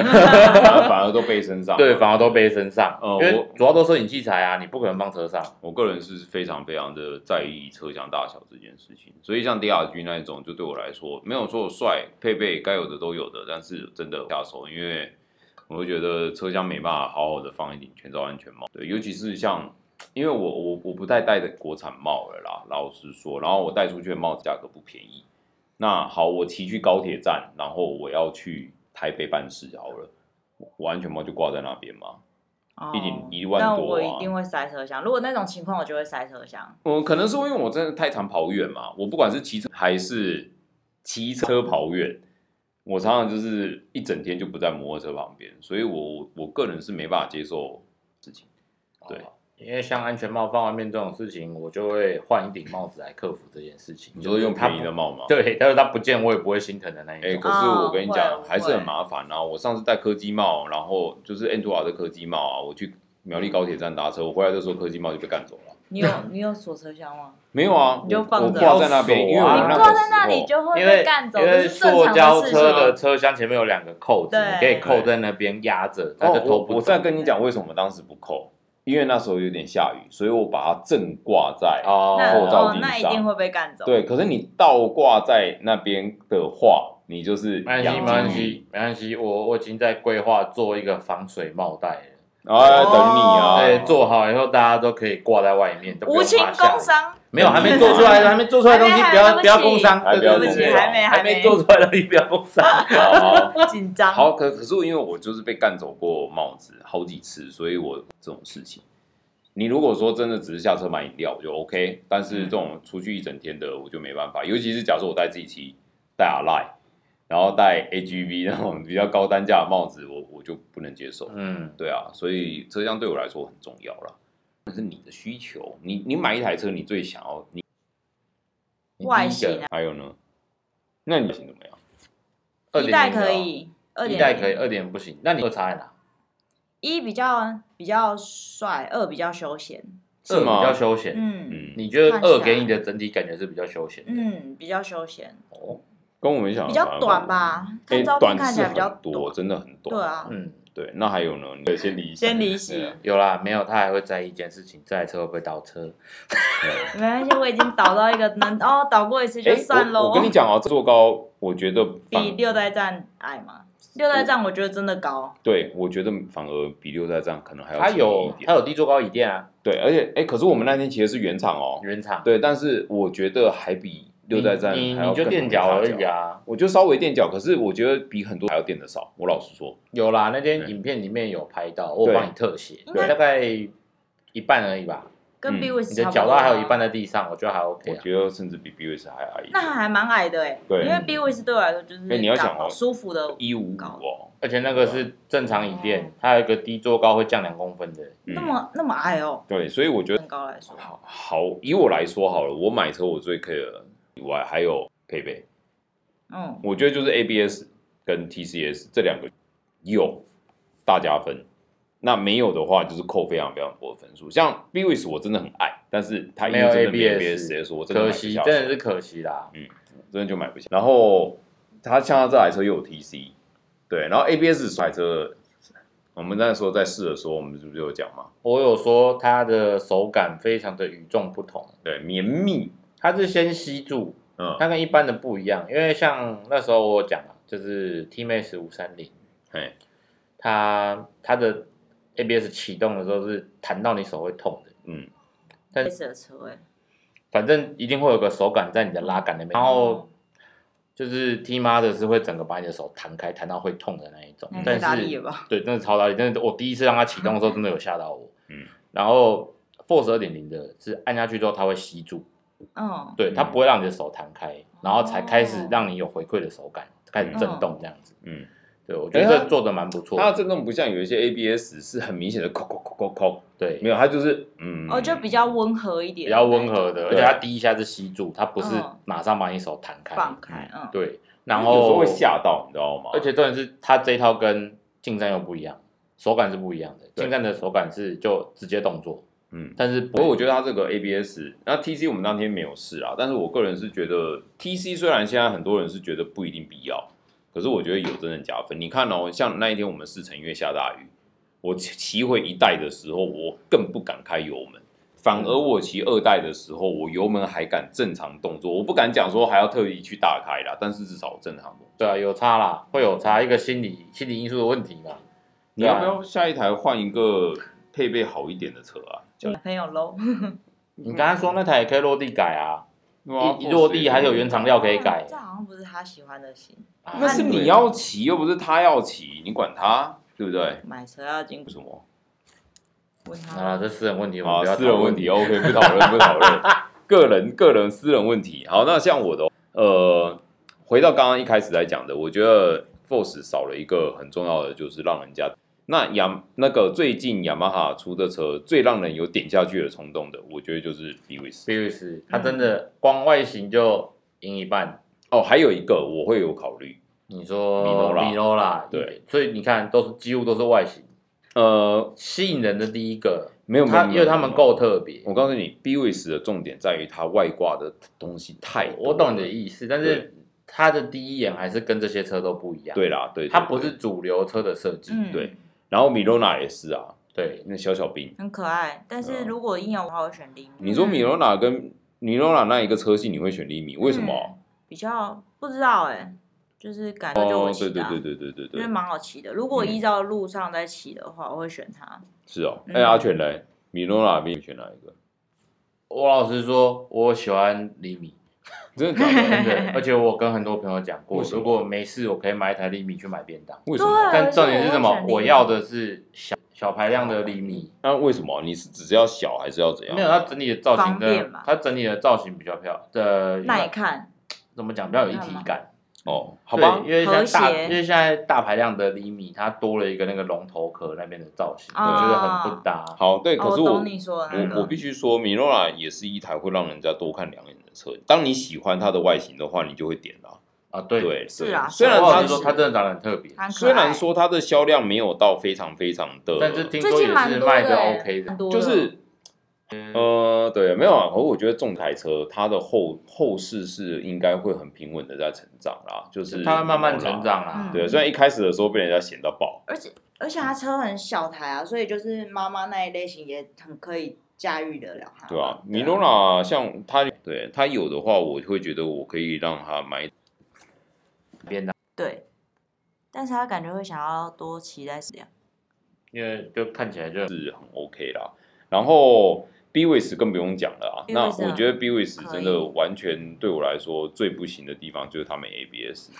Speaker 1: 反而反而都背身上。
Speaker 3: 对，反而都背身上，
Speaker 1: 呃
Speaker 3: 因为
Speaker 1: 我
Speaker 3: 主要都摄影器材啊，你不可能放车上。
Speaker 1: 我个人是非常非常的在意车厢大小这件事情，所以像 DRG 那一种，就对我来说没有说帅，配备该有的都有的，但是真的下手，因为我会觉得车厢没办法好好的放一顶全罩安全帽，对，尤其是像。因为我我我不太戴的国产帽了啦，老实说，然后我戴出去的帽子价格不便宜。那好，我骑去高铁站，然后我要去台北办事好了，我我安全帽就挂在那边嘛，
Speaker 2: 哦
Speaker 1: 一顶一万
Speaker 2: 但
Speaker 1: 多
Speaker 2: 我
Speaker 1: 啊
Speaker 2: 一定会塞车厢。如果那种情况，我就会塞车厢。
Speaker 1: 我呃可能是因为我真的太常跑远嘛，我不管是骑车还是骑车跑远，我常常就是一整天就不在摩托车旁边，所以我我个人是没办法接受事情。对
Speaker 3: 哦，因为像安全帽放外面这种事情，我就会换一顶帽子来克服这件事情。
Speaker 1: 你说用
Speaker 3: 就是它
Speaker 1: 便宜的
Speaker 3: 不，
Speaker 1: 帽吗？。
Speaker 3: 对，但是它不见我也不会心疼的那一
Speaker 1: 哎、
Speaker 3: 种。
Speaker 1: 可是我
Speaker 2: 哦
Speaker 1: 跟你
Speaker 2: 会
Speaker 1: 讲，
Speaker 2: 会
Speaker 1: 还是很麻烦啊！我上次戴科技帽，然后就是 N 图瓦的科技帽啊，我去苗栗高铁站搭车，我回来的时候科技帽就被干走了。
Speaker 2: 你有
Speaker 3: [LAUGHS]
Speaker 2: 你有锁车厢吗？
Speaker 1: 没有啊，
Speaker 2: 你就
Speaker 1: 我
Speaker 2: 放
Speaker 1: 我
Speaker 2: 着
Speaker 1: 挂在那边，因为我
Speaker 3: 啊
Speaker 2: 你
Speaker 1: 那
Speaker 2: 坐
Speaker 1: 个
Speaker 2: 在那
Speaker 1: 时
Speaker 2: 里
Speaker 1: 候
Speaker 2: 就会
Speaker 3: 因为
Speaker 2: 被干走，
Speaker 3: 因
Speaker 2: 这
Speaker 3: 为
Speaker 2: 是正
Speaker 3: 塑
Speaker 2: 常
Speaker 3: 胶
Speaker 2: 事
Speaker 3: 车
Speaker 2: 情。
Speaker 3: 的
Speaker 2: 啊
Speaker 3: 车厢前面有两个扣子，
Speaker 2: 对
Speaker 3: 你可以扣在那边压着，它
Speaker 1: 哦
Speaker 3: 就，偷
Speaker 1: 我
Speaker 3: 不
Speaker 1: 我
Speaker 3: 走
Speaker 1: 再跟你讲为什么当时不扣，因为那时候有点下雨，所以我把它正挂在
Speaker 3: 哦
Speaker 2: 那
Speaker 1: 后照
Speaker 2: 哦
Speaker 1: 镜
Speaker 2: 那一
Speaker 1: 上
Speaker 2: 定会被干走。
Speaker 1: 对，可是你倒挂在那边的话，你就是
Speaker 3: 没关系，没
Speaker 1: 养
Speaker 3: 关
Speaker 1: 金
Speaker 2: 系
Speaker 1: 鱼，
Speaker 3: 系，没关系。我我已经在规划做一个防水帽袋了，
Speaker 1: 然后在等你啊，
Speaker 2: 哦
Speaker 3: 对，做好以后大家都可以挂在外面，都不
Speaker 2: 无
Speaker 3: 用
Speaker 2: 情
Speaker 3: 怕下
Speaker 2: 工
Speaker 3: 雨。
Speaker 2: 伤，
Speaker 3: 没有，还没做出来，还没做出来的东西，
Speaker 2: 还
Speaker 3: 不
Speaker 2: 没
Speaker 3: 要
Speaker 2: 还没
Speaker 3: 不要工伤，
Speaker 1: 还
Speaker 3: 对
Speaker 1: 不要
Speaker 3: 对对
Speaker 1: 工
Speaker 3: 对，
Speaker 1: 伤
Speaker 2: 还没
Speaker 3: 还
Speaker 2: 还
Speaker 3: 没
Speaker 2: 没
Speaker 3: 做出来的东西不要工伤。
Speaker 1: 好好
Speaker 2: 紧张。
Speaker 1: 好，可可是因为我就是被干走过帽子好几次，所以我这种事情，你如果说真的只是下车买饮料，我就 OK。但
Speaker 2: 嗯
Speaker 1: 是这种出去一整天的，我就没办法。尤其是假设我带自己骑，带 a l i 然后带 AGV 那种比较高单价的帽子，我我就不能接受。
Speaker 3: 嗯，
Speaker 1: 对啊，所以车厢对我来说很重要了。那是你的需求，你你买一台车，你最想要你
Speaker 3: 你第一
Speaker 2: 外
Speaker 3: 个
Speaker 2: 形啊
Speaker 1: 还有呢？那你行怎么样？
Speaker 3: 二
Speaker 2: 一
Speaker 3: 点
Speaker 2: 代
Speaker 3: 零
Speaker 2: 可
Speaker 3: 的
Speaker 2: 以，二
Speaker 3: 哦，一
Speaker 2: 点
Speaker 3: 代
Speaker 2: 零
Speaker 3: 可以，二点不行。那你二差在哪？
Speaker 2: 一比较比较帅，二比较休闲。
Speaker 1: 是
Speaker 3: 二呃比
Speaker 1: 吗
Speaker 3: 较休闲，
Speaker 2: 嗯
Speaker 1: 嗯，
Speaker 3: 你觉得
Speaker 2: 看起来
Speaker 3: 二给你的整体感觉是比较休闲的？
Speaker 2: 嗯，比较休闲，
Speaker 3: 哦，
Speaker 1: 跟我们想的
Speaker 2: 比
Speaker 1: 反
Speaker 2: 较
Speaker 1: 而
Speaker 2: 短
Speaker 1: 不
Speaker 2: 吧？
Speaker 1: 啊哎，
Speaker 2: 看照片
Speaker 1: 短
Speaker 2: 看起
Speaker 1: 是
Speaker 2: 来比较
Speaker 1: 很多，真的很短。
Speaker 2: 对，啊，
Speaker 3: 嗯，
Speaker 1: 对。那还有呢？你先
Speaker 2: [LAUGHS]
Speaker 1: 离
Speaker 2: 先离席
Speaker 1: 对啊
Speaker 3: 有啦，没有，他还会在意一件事情，这台车会不会倒车？
Speaker 2: 没关系，我已经倒到一个能哦，倒过一次就
Speaker 1: 哎，
Speaker 2: 算
Speaker 1: 我
Speaker 2: 喽
Speaker 1: 我。跟你讲哦，这座高，我觉得
Speaker 2: 比
Speaker 1: 反
Speaker 2: 六代站矮嘛？
Speaker 1: 嗯
Speaker 2: 六代站我觉得真的高，
Speaker 1: 对，我觉得反而比六代站可能还要
Speaker 3: 他
Speaker 1: 便宜
Speaker 3: 有
Speaker 1: 一
Speaker 3: 他
Speaker 1: 点。
Speaker 3: 有地坐高椅垫啊，
Speaker 1: 对，而且哎，可是我们那天骑的是原厂哦，
Speaker 3: 原厂。
Speaker 1: 对，但是我觉得还比六代站
Speaker 3: 你
Speaker 1: 还
Speaker 3: 你
Speaker 1: 要
Speaker 3: 你就
Speaker 1: 更
Speaker 3: 垫
Speaker 1: 容易
Speaker 3: 脚
Speaker 1: 踏
Speaker 3: 而已啊。
Speaker 1: 我就稍微垫脚，可是我觉得比很多还要垫的少。我老实说，
Speaker 3: 有啦，那天
Speaker 1: 对
Speaker 3: 影片里面有拍到，我有
Speaker 1: 对
Speaker 3: 帮你特写，
Speaker 2: 应
Speaker 1: 该
Speaker 3: 大概一半而已吧。
Speaker 2: 跟
Speaker 1: 嗯
Speaker 2: B 位
Speaker 3: 你
Speaker 2: 差
Speaker 3: 的
Speaker 2: 不
Speaker 3: 脚
Speaker 2: 多
Speaker 3: 到
Speaker 2: 啊。
Speaker 3: 还有一半在地上，我觉得还 OK
Speaker 1: 我
Speaker 3: 啊。
Speaker 1: 觉得甚至比 BWS 还矮一
Speaker 2: 那
Speaker 1: 点，
Speaker 2: 还蛮矮的哎，
Speaker 1: 对
Speaker 2: 因为 B 位是对我来说就是
Speaker 1: 哎你要想哦
Speaker 2: 刚好舒服的，
Speaker 1: 一五五
Speaker 2: 高
Speaker 1: 哦，
Speaker 3: 而且那个是正常椅
Speaker 2: 哦
Speaker 3: 垫，它有一个低坐高会降两公分的。
Speaker 1: 嗯
Speaker 2: 那么那么矮哦，
Speaker 1: 对，所以我觉得
Speaker 2: 身高来说，
Speaker 1: 好好以我来说好了，我买车我最 care 的以外还有配备，
Speaker 2: 嗯，
Speaker 1: 我觉得就是 ABS 跟 TCS 这两个有大加分。那没有的话，就是扣非常非常多的分数。像 BWS 我真的很爱，但是它因为真的没
Speaker 3: 没有
Speaker 1: 有
Speaker 3: ABS
Speaker 1: ABS 来说，我真的买
Speaker 3: 可
Speaker 1: 不
Speaker 3: 惜，
Speaker 1: 下
Speaker 3: 真
Speaker 1: 手
Speaker 3: 的是可惜啦。
Speaker 1: 真的就买不起。然后他像他这台车又有 TC，对，然后 ABS 甩车，我们那时候在试的时候，我们是不是有讲嘛？
Speaker 3: 我有说它的手感非常的与众不同，
Speaker 1: 对，绵密，
Speaker 3: 它是先吸住，
Speaker 1: 嗯，
Speaker 3: 它跟一般的不一样。因为像那时候我有讲啊，就是 T Max 五三零，
Speaker 1: 哎，
Speaker 3: 它它的 ABS 启动的时候是弹到你手会痛的。
Speaker 1: 嗯，
Speaker 2: 类似的车哎，
Speaker 3: 反正一定会有个手感在你的拉杆
Speaker 1: 哦
Speaker 3: 那边，然后就是 T 妈的是会整个把你的手弹开，弹到会痛的那一种
Speaker 2: 那。也太
Speaker 3: 但
Speaker 2: 大嗯力
Speaker 3: 是
Speaker 2: 了吧？
Speaker 3: 对，真的超大力，真的，我第一次让它启动的时候真的有吓到我。
Speaker 1: 嗯，
Speaker 3: 然后 Force 二点零的是按下去之后它会吸住，
Speaker 2: 嗯，
Speaker 3: 对，它不会让你的手弹开，然后才开
Speaker 2: 哦
Speaker 3: 始让你有回馈的手感，开始震动这样子。
Speaker 1: 嗯，
Speaker 3: 对，我觉得
Speaker 1: 哎
Speaker 3: 这
Speaker 1: 它
Speaker 3: 做的蛮不错
Speaker 1: 它的
Speaker 3: 的。
Speaker 1: 震动不像有一些 ABS 是很明显的扣扣扣扣扣，
Speaker 3: 对，
Speaker 1: 没有，它就是嗯，
Speaker 2: 哦，就比较温和一点，
Speaker 3: 比较温和的，而
Speaker 1: 对
Speaker 3: 且它第一下是吸住，它不是
Speaker 2: 嗯
Speaker 3: 马上把你手弹开。
Speaker 2: 放开，嗯，
Speaker 3: 对，
Speaker 1: 有
Speaker 3: 然
Speaker 1: 时候
Speaker 3: 后
Speaker 1: 会吓到，啊你知道吗？
Speaker 3: 而且重点是它这一套跟近战又不一样，手感是不一样的。
Speaker 1: 对
Speaker 3: 近战的手感是就直接动作，
Speaker 1: 嗯。
Speaker 3: 但是
Speaker 1: 不过
Speaker 3: 不
Speaker 1: 我觉得它这个 ABS，那 TC 我们当天没有试啊，但是我个人是觉得 TC 虽然现在很多人是觉得不一定必要，可是我觉得有真的加分。你看哦，像那一天我们试乘，因为下大雨，我骑骑回一代的时候，我更不敢开油门，反而我骑二代的时候，我油门还敢正常动作，我不敢讲说还要特意去大开啦，但是至少我正常动作。
Speaker 3: 对啊，有差啦，会有差，一个心理心理因素的问题嘛。
Speaker 1: 你
Speaker 3: 对
Speaker 1: 要
Speaker 3: 啊
Speaker 1: 不要下一台换一个配备好一点的车啊？
Speaker 2: 很有 low，
Speaker 3: 你刚才说那台也可以落地改啊，一一落地还有原厂料可以改
Speaker 2: 哦这好像不是他喜欢的型，
Speaker 3: 啊
Speaker 1: 那是
Speaker 2: 看
Speaker 1: 你要骑，又不是他要骑，你管他，对不对？
Speaker 2: 买车要经
Speaker 1: 为什么？
Speaker 2: 问他
Speaker 3: 啊，这私人问题，我们
Speaker 1: 啊
Speaker 3: 不要，
Speaker 1: 私人问题，OK，不讨论，不讨论，
Speaker 3: [LAUGHS]
Speaker 1: 个人个人私人问题。好，那像我的，呃，回到刚刚一开始在讲的，我觉得 Force 少了一个很重要的，就是让人家那雅那个最近雅马哈出的车最让人有点下去的冲动的，我觉得就是 b w s
Speaker 3: 比利时，它真的光外形就赢一半。
Speaker 1: 哦，还有一个我会有考虑，
Speaker 3: 你说
Speaker 1: 米诺拉
Speaker 3: 米诺拉，
Speaker 1: 对，
Speaker 3: 所以你看，都是几乎都是外形
Speaker 1: 呃，
Speaker 3: 吸引人的第一个，
Speaker 1: 没有，没有
Speaker 3: 它
Speaker 1: 没有
Speaker 3: 因为他们
Speaker 1: 没有
Speaker 3: 够特别，
Speaker 1: 我告诉你 b w s 的重点在于它外挂的东西太多了
Speaker 3: 我懂你的意思，但
Speaker 1: 对
Speaker 3: 是它的第一眼还是跟这些车都不一样。，
Speaker 1: 对啦，对，对
Speaker 3: 它不
Speaker 1: 对
Speaker 3: 是主流车的设计。
Speaker 2: 嗯
Speaker 1: 对然后米 i 娜也是啊，
Speaker 3: 对，
Speaker 1: 那小小兵。
Speaker 2: 很可爱。但是
Speaker 1: 嗯
Speaker 2: 如果硬要的话，我选零。
Speaker 1: 你
Speaker 3: 嗯
Speaker 1: 说米罗娜跟米罗娜那一个车系，你会选 Limi？为什么？
Speaker 2: 比较不知道哎、就是
Speaker 3: 嗯
Speaker 2: 感觉就我
Speaker 1: 哦，对
Speaker 2: 骑的、
Speaker 1: 对
Speaker 2: 啊，
Speaker 1: 对对对对
Speaker 2: 因为
Speaker 1: 对，嗯
Speaker 2: 蛮好骑的。如果依照路上在骑的话，我会选它。
Speaker 1: 是哦。
Speaker 2: 嗯
Speaker 1: 哎，阿全嘞，米罗娜你选哪一个？
Speaker 3: 我老实说，我喜欢厘米，
Speaker 1: 真的假的？[LAUGHS]
Speaker 3: [LAUGHS]
Speaker 2: [LAUGHS]
Speaker 3: 真的，而且我跟很多朋友讲过
Speaker 1: 为，什么
Speaker 3: 如果没事，我可以买一台厘米去买便当。
Speaker 1: 为什么？
Speaker 3: 但重点是什
Speaker 2: 我也
Speaker 3: 么
Speaker 2: 选？厘米
Speaker 3: 我要的是小小排量的厘米，
Speaker 1: 那为什么？你是只是要小还是要怎样？
Speaker 3: 没有它整体的造型
Speaker 2: 方便
Speaker 3: 跟
Speaker 2: 嘛
Speaker 3: 它整体的造型比较漂的，
Speaker 2: 耐看，
Speaker 3: 怎么讲比较有一体感。
Speaker 1: 哦，好
Speaker 3: 好
Speaker 1: 吧
Speaker 3: 吧，，因为现在大，
Speaker 2: 和谐
Speaker 3: 因为现在大排量的厘米，它多了一个那个龙头壳那边的造型，
Speaker 2: 啊
Speaker 3: 我觉得很不搭。
Speaker 1: 好，对。
Speaker 2: 哦，
Speaker 1: 可是我
Speaker 2: 懂你说的那
Speaker 1: 我我
Speaker 2: 个
Speaker 1: 必，须说，米诺拉也是一台会让人家多看两眼的车。当你喜欢它的外形的话，你就会点了。
Speaker 3: 啊，对，
Speaker 1: 对，
Speaker 2: 是
Speaker 1: 对
Speaker 2: 啊
Speaker 1: 虽然
Speaker 2: 是啊
Speaker 3: 我
Speaker 1: 它
Speaker 3: 老实说，它真的长得很特别，
Speaker 2: 它很可
Speaker 1: 虽
Speaker 2: 爱
Speaker 1: 然说它的销量没有到非常非常的，
Speaker 3: 但是听
Speaker 2: 最
Speaker 3: 说也
Speaker 2: 近蛮
Speaker 3: 是
Speaker 2: 多
Speaker 3: 卖的
Speaker 2: 欸
Speaker 3: OK 的
Speaker 2: 蛮。多的，
Speaker 1: 就是。呃，对，没有啊。可是我觉得这种台车，它的后后世是应该会很平稳的在成长啦，就是
Speaker 3: 它会慢慢
Speaker 1: Mirola
Speaker 3: 成。长啊啦。
Speaker 2: 嗯
Speaker 1: 对，虽然一开始的时候被人家嫌到爆，
Speaker 2: 而且而且它车很小台啊，所以就是妈妈那一类型也很可以驾驭得了它。
Speaker 1: 对吧、米诺拉像它，对它有的话，我会觉得我可以让它买
Speaker 3: 便当，
Speaker 2: 对，但是他感觉会想要多骑在这样。
Speaker 3: 因为就看起来就
Speaker 1: OK 啦。然后 b w i s 更不用讲了啊。那
Speaker 2: Bwis 啊
Speaker 1: 我觉得 b w i s
Speaker 2: 可
Speaker 1: 真
Speaker 2: 以
Speaker 1: 的完全对我来说最不行的地方就是他们
Speaker 2: [LAUGHS]
Speaker 1: ABS，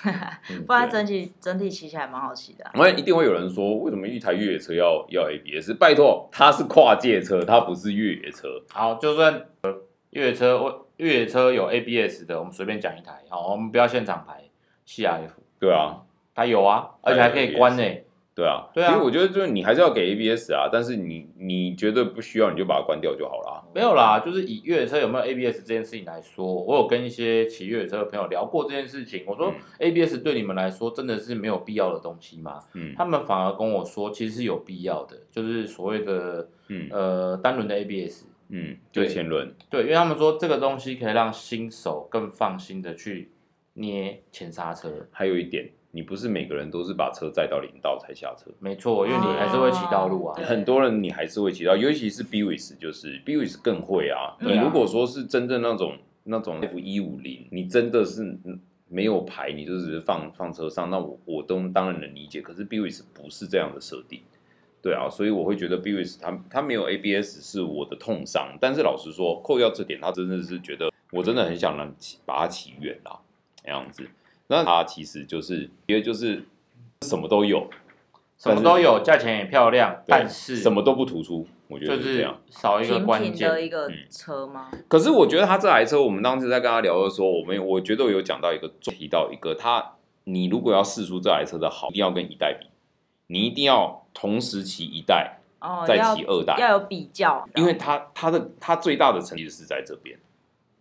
Speaker 2: 不然它整体整体骑起来蛮好骑的啊、
Speaker 1: 我一定会有人说，为什么一台越野车要要 ABS？拜托，它是跨界车，它不是越野车。
Speaker 3: 好。就算呃越野车，我越野车有 ABS 的，我们随便讲一台。好，我们不要现场排 CRF，
Speaker 1: 对啊，
Speaker 3: 它有啊，而且还可以关呢、
Speaker 1: 对啊，
Speaker 3: 对啊
Speaker 1: 其实我觉得就是你还是要给 ABS 啊，但是你你觉得不需要，你就把它关掉就好啊啦。
Speaker 3: 没有啦，就是以越野车有没有 ABS 这件事情来说，我有跟一些骑越野车的朋友聊过这件事情。我说
Speaker 1: 嗯
Speaker 3: ABS 对你们来说真的是没有必要的东西吗？
Speaker 1: 嗯
Speaker 3: 他们反而跟我说，其实是有必要的，就是所谓的
Speaker 1: 嗯
Speaker 3: 呃单轮的 ABS。
Speaker 1: 嗯，就是前轮，
Speaker 3: 对，因为他们说这个东西可以让新手更放心的去捏前刹车。
Speaker 1: 还有一点，你不是每个人都是把车载到林道才下车。
Speaker 3: 没错，因为你还是会骑道路啊
Speaker 2: 哦哦。对
Speaker 1: 很多人你还是会骑到，尤其是 b w i s 就是 b w i s 更会啊。
Speaker 2: 对
Speaker 1: 你
Speaker 2: 啊
Speaker 1: 如果说是真正那种那种 F 一五零，你真的是嗯没有牌，你就只是放放车上，那我我都当然能理解。可是 b w i s 不是这样的设定，对啊，所以我会觉得 b w i s 它它没有 ABS 是我的痛伤。但是老实说，扣掉这点，他真的是觉得我真的很想让骑把它骑远啦，那样子。那它其实就是，也就是什么都有，
Speaker 3: [LAUGHS] 什么都有，价钱也漂亮，但是
Speaker 1: 什么都不突出，我觉
Speaker 3: 就
Speaker 1: 得是这
Speaker 3: 是
Speaker 1: 样。
Speaker 3: 少一个
Speaker 2: 平
Speaker 3: 关
Speaker 2: 平的一
Speaker 3: 键。
Speaker 2: 个
Speaker 1: 嗯
Speaker 2: 车吗？
Speaker 1: 可是我觉得他这台车，我们当时在跟他聊的时候，我们我觉得有讲到一个重提到一个，他你如果要试出这台车的好，一定要跟一代比，你一定要同时骑一代
Speaker 2: 哦，
Speaker 1: 再
Speaker 2: 要
Speaker 1: 骑二代，
Speaker 2: 要有比较，
Speaker 1: 因为他他的他最大的成绩是在这边，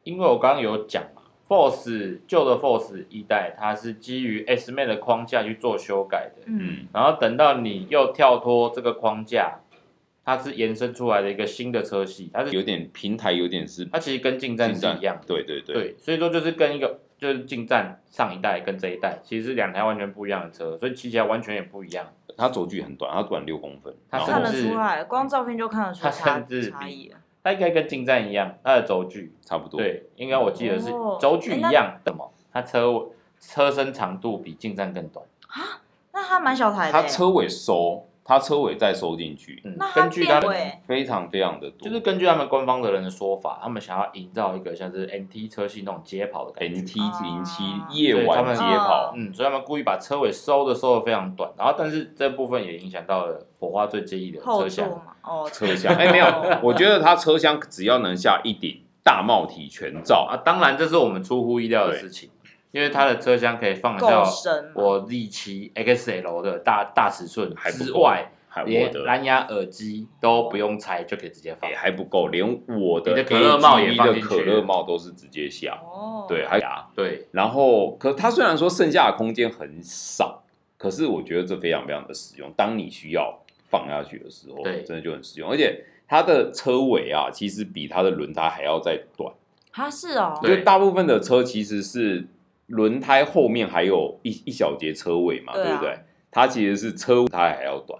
Speaker 3: 因为我刚刚有讲嘛，Force 旧的 Force 一代，它是基于 S m a 的框架去做修改的，
Speaker 2: 嗯
Speaker 1: 嗯，
Speaker 3: 然后等到你又跳脱这个框架，它是延伸出来的一个新的车系，它是
Speaker 1: 嗯有点平台有点是
Speaker 3: 它其实跟进站是一样的。
Speaker 1: 对对对，
Speaker 3: 对，所以说就是跟一个就是进站上一代跟这一代其实是两台完全不一样的车，所以骑起来完全也不一样。
Speaker 1: 它轴距很短，它短六公分，
Speaker 3: 它
Speaker 1: 然
Speaker 2: 看
Speaker 1: 后
Speaker 2: 得
Speaker 3: 甚至
Speaker 2: 出来，光照片就看得出
Speaker 3: 它
Speaker 2: 差
Speaker 3: 甚至
Speaker 2: 差
Speaker 3: 比
Speaker 2: 异了。
Speaker 3: 它应该跟进站一样，它的轴距
Speaker 1: 差不多，
Speaker 3: 对，应该我记得是
Speaker 2: 哦
Speaker 3: 轴距
Speaker 2: 诶
Speaker 3: 一
Speaker 2: 那
Speaker 3: 样，怎么？它车车身长度比进站更短。
Speaker 2: 那它蛮小台的
Speaker 1: 它
Speaker 2: 欸，
Speaker 1: 车尾收，它车尾再收进去，
Speaker 3: 嗯
Speaker 2: 那，它
Speaker 3: 根据他
Speaker 2: 变
Speaker 3: 们
Speaker 2: 尾
Speaker 1: 非常非常的多，
Speaker 3: 就是根据他们官方的人的说法，他们想要营造一个像是 NT 车系那种街跑的感觉。
Speaker 1: NT 零七
Speaker 2: 啊
Speaker 1: 夜
Speaker 3: 对他
Speaker 1: 晚
Speaker 3: 们
Speaker 1: 街跑。
Speaker 3: 嗯，所以他们故意把车尾收的收的非常短，然后但是这部分也影响到了火花最介意的
Speaker 2: 后座
Speaker 3: 车厢。
Speaker 2: 嘛，哦，
Speaker 1: 车厢，哎、没有， [LAUGHS] 我觉得它车厢只要能下一顶大帽体全罩，
Speaker 3: 啊，当然这是我们出乎意料的事情，因为它的车厢可以放得
Speaker 2: 够
Speaker 3: 下
Speaker 2: 深啊嘛，
Speaker 3: 我 Z 七 XL 的大大尺寸
Speaker 1: 还不
Speaker 3: 之
Speaker 1: 够
Speaker 3: 外，
Speaker 1: 还我
Speaker 3: 连
Speaker 1: 的啊
Speaker 3: 蓝牙耳机都不用拆就可以直接放
Speaker 1: 也。还不够，连我的
Speaker 3: 你的可乐帽也
Speaker 1: AGV
Speaker 3: 放
Speaker 1: 的
Speaker 3: 进去
Speaker 1: 可乐帽都是直接下，
Speaker 2: 哦，
Speaker 1: 对，还有牙。
Speaker 3: 对，啊
Speaker 1: 然后，可它虽然说剩下的空间很少，可是我觉得这非常非常的实用。当你需要放下去的时候，
Speaker 3: 对
Speaker 1: 真的就很实用。而且它的车尾啊，其实比它的轮胎还要再短。
Speaker 2: 它是哦，
Speaker 3: 对
Speaker 1: 就大部分的车其实是轮胎后面还有一一小节车尾嘛，
Speaker 2: 对啊
Speaker 1: 不对？它其实是车尾胎还要短。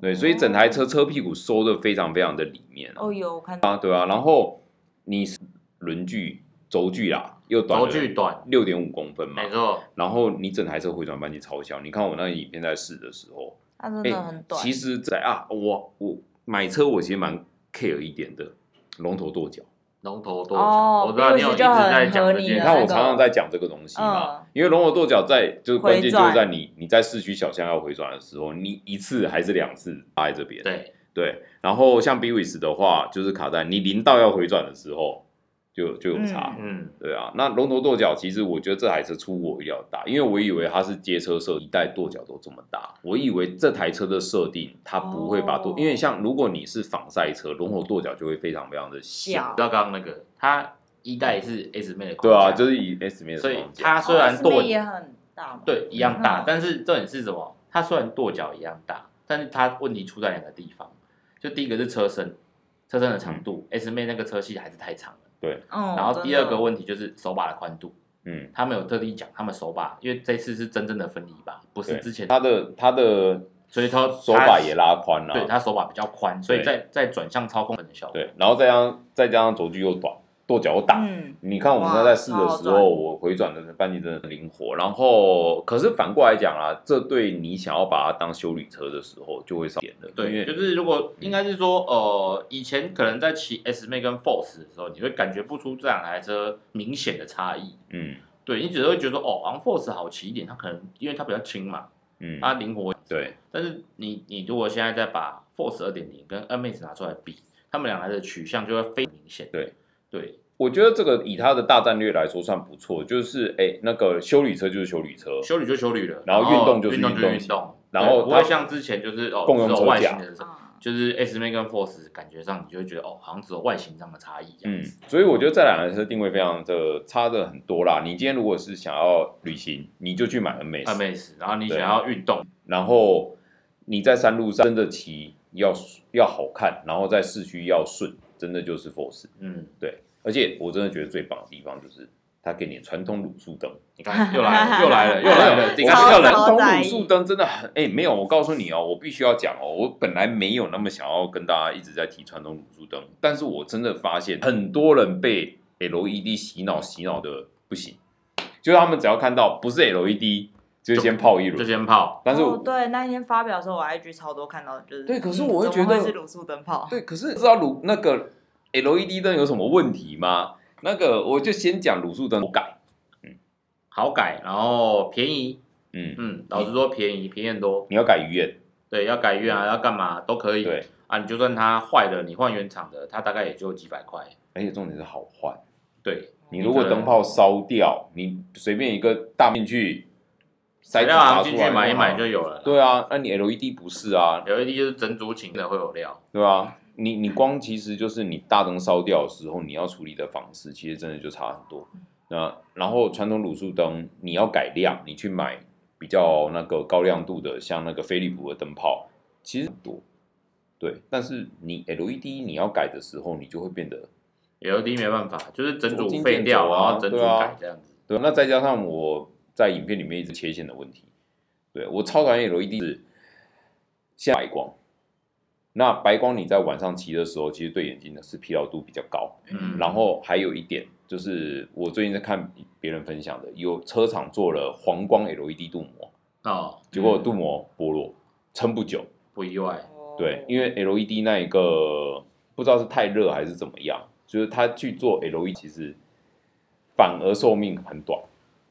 Speaker 1: 对，所以整台车车屁股收的非常非常的里面啊
Speaker 2: 哦，有我看到，
Speaker 1: 啊，对啊，然后你是轮距轴距啦又短
Speaker 3: 轴距短，
Speaker 1: 六点五公分嘛
Speaker 3: 没，错，
Speaker 1: 然后你整台车回转半径超小，你看我那影片在试的时候，
Speaker 2: 它真
Speaker 1: 哎、
Speaker 2: 的很短。
Speaker 1: 其实在啊，我我买车我其实蛮 care 一点的，龙头跺脚。
Speaker 3: 龙头
Speaker 2: 哦
Speaker 3: 多长，我知道你有一直在讲
Speaker 2: Bruce 就
Speaker 3: 这
Speaker 2: 很合理
Speaker 1: 你
Speaker 3: 件
Speaker 2: 了
Speaker 3: 事，
Speaker 1: 看我
Speaker 2: 啊那个
Speaker 1: 常常在讲这个东西嘛，
Speaker 2: 嗯
Speaker 1: 因为龙头跺脚在就是关键
Speaker 2: 回
Speaker 1: 就
Speaker 2: 转
Speaker 1: 是在你你在市区小巷要回转的时候，你一次还是两次卡在这边，
Speaker 3: 对，
Speaker 1: 对然后像 b w i s 的话，就是卡在你临到要回转的时候就就有差，
Speaker 3: 嗯，
Speaker 1: 对啊。那龙头跺脚其实我觉得这台车出乎我意料大，因为我以为它是街车设一代跺脚都这么大，我以为这台车的设定它不会把跺，
Speaker 2: 哦
Speaker 1: 因为像如果你是仿赛车，龙头跺脚就会非常非常的
Speaker 2: 小
Speaker 3: 知道刚刚那个，它一代是 S 妹的框
Speaker 1: 对
Speaker 3: 架，
Speaker 1: 啊，就是以 S 面的
Speaker 3: 所以
Speaker 1: 框架
Speaker 3: 它虽然
Speaker 2: 哦
Speaker 3: 跺
Speaker 2: 四倍也很大嘛，
Speaker 3: 对一样大
Speaker 2: 嗯，
Speaker 3: 但是重点是什么？它虽然跺脚一样大，但是它问题出在两个地方，就第一个是车身，车身的长度，S
Speaker 1: 嗯
Speaker 3: 妹那个车系还是太长了，
Speaker 2: 嗯，
Speaker 3: 然后第
Speaker 2: 真
Speaker 3: 二
Speaker 2: 的
Speaker 3: 个问题就是手把的宽度。
Speaker 1: 嗯，
Speaker 3: 他们有特地讲，他们手把，因为这次是真正的分离把，不是
Speaker 1: 对
Speaker 3: 之前，
Speaker 1: 它的它的
Speaker 3: 所以他
Speaker 1: 手把也，拉宽了、
Speaker 3: 他对，他手把比较宽，所以
Speaker 1: 对
Speaker 3: 在在转向操控的效果，
Speaker 1: 对，然后再加上再加上轴距又短，跺脚又大。
Speaker 2: 嗯，
Speaker 1: 你看我们
Speaker 2: 哇
Speaker 1: 在试的
Speaker 2: 超好
Speaker 1: 时
Speaker 2: 转
Speaker 1: 候，我回转的半径真的很灵活。然后，可是反过来讲啊，这对你想要把它当修理车的时候，就会少点的。因
Speaker 3: 对，
Speaker 1: 为嗯
Speaker 3: 就是如果应该是说，呃，以前可能在骑 S 妹跟 Force 的时候，你会感觉不出这两台车明显的差异，
Speaker 1: 嗯
Speaker 3: 对你只会觉得说，哦，好像 Force 好骑一点，它可能因为它比较轻嘛，
Speaker 1: 嗯，
Speaker 3: 它灵活，
Speaker 1: 对，
Speaker 3: 但是你你如果现在再把 Force 二点零跟 NMAX 拿出来比，他们两台的取向就会非常明显，
Speaker 1: 对
Speaker 3: 对，
Speaker 1: 我觉得这个以它的大战略来说算不错，就是哎，那个修理车就是修理车，
Speaker 3: 修理就修理了，哦
Speaker 1: 然后运动就是
Speaker 3: 运动
Speaker 1: 运
Speaker 3: 就
Speaker 1: 动
Speaker 3: 是运动，
Speaker 1: 然后
Speaker 3: 对不会
Speaker 1: 它
Speaker 3: 像之前就是哦，
Speaker 1: 共用
Speaker 3: 只有
Speaker 1: 车
Speaker 3: 外
Speaker 1: 架
Speaker 3: 形的时候，
Speaker 2: 嗯
Speaker 3: 就是 S m a 跟 Force 感觉上你就会觉得哦，好像只有外形上的差异这样
Speaker 1: 嗯
Speaker 3: 子。，
Speaker 1: 所以我觉得这两台车定位非常的差的很多啦。你今天如果是想要旅行，你就去买 NMAX，
Speaker 3: a m a z 嗯然后你
Speaker 1: 对
Speaker 3: 想要运动，
Speaker 1: 然后你在山路上真的骑要要好看，然后在市区要顺，真的就是 Force。
Speaker 3: 嗯，
Speaker 1: 而且我真的觉得最棒的地方就是它给你传统卤素灯，
Speaker 3: 你看又来了，又
Speaker 2: [LAUGHS]
Speaker 3: 来了，又来了，
Speaker 1: 我
Speaker 3: 你
Speaker 1: [LAUGHS]
Speaker 3: 看又
Speaker 1: 传
Speaker 3: 来
Speaker 2: 超
Speaker 3: 了，
Speaker 1: 统
Speaker 2: 在
Speaker 1: 卤
Speaker 2: 意
Speaker 1: 素灯真的很哎、没有，我告诉你哦，我必须要讲哦，我本来没有那么想要跟大家一直在提传统卤素灯，但是我真的发现很多人被 LED 洗脑洗脑的不行，就是他们只要看到不是 LED 就先泡一
Speaker 3: 就
Speaker 1: 轮，
Speaker 3: 先泡，
Speaker 1: 但是我
Speaker 2: 哦、对那一天发表的时候，我 IG 超多看到就是
Speaker 1: 对可是
Speaker 2: 嗯
Speaker 1: 我会
Speaker 2: 怎么
Speaker 1: 觉得
Speaker 2: 是卤素灯泡，
Speaker 1: 对，可是知道卤那个 LED 灯有什么问题吗？那个我就先讲卤素灯，我改，
Speaker 3: 好改，然后便宜，
Speaker 1: 嗯，
Speaker 3: 嗯，老实说便宜，便宜很多，
Speaker 1: 你要改鱼眼，
Speaker 3: 对，要改运啊，要干嘛都可以，
Speaker 1: 对，
Speaker 3: 啊，你就算它坏了，你换原厂的，它大概也就几百块，
Speaker 1: 而且重点是好换。
Speaker 3: 对，
Speaker 1: 你如果灯泡烧掉，你随便一个大面去塞
Speaker 3: 材
Speaker 1: 子
Speaker 3: 料
Speaker 1: 拿
Speaker 3: 行
Speaker 1: 出
Speaker 3: 进
Speaker 1: 来
Speaker 3: 去买一买
Speaker 1: 就好
Speaker 3: 就有了啦，
Speaker 1: 对啊，那你 LED 不是啊，
Speaker 3: LED 就是整组请的会有料，
Speaker 1: 对啊，你你光其实就是你大灯烧掉的时候，你要处理的方式其实真的就差很多。那然后传统卤素灯你要改亮，你去买比较那个高亮度的，像那个飞利浦的灯泡，其实很多。对，但是你 LED 你要改的时候，你就会变得
Speaker 3: LED 没办法，就是整
Speaker 1: 捉
Speaker 3: 组
Speaker 1: 襟
Speaker 3: 废
Speaker 1: 见
Speaker 3: 掉，
Speaker 1: 肘
Speaker 3: 然
Speaker 1: 啊
Speaker 3: 后整组
Speaker 1: 对啊
Speaker 3: 改这样子。
Speaker 1: 对，那再加上我在影片里面一直切线的问题，对我超讨厌 LED 是现在白光。那白光你在晚上骑的时候，其实对眼睛的是疲劳度比较高。
Speaker 3: 嗯
Speaker 1: 然后还有一点就是，我最近在看别人分享的，有车厂做了黄光 LED 镀膜，
Speaker 3: 哦，
Speaker 1: 结果镀膜剥落，撑不久。
Speaker 3: 不意外，
Speaker 2: 哦
Speaker 1: 对，因为 LED 那一个不知道是太热还是怎么样，就是它去做 LED 其实反而寿命很短。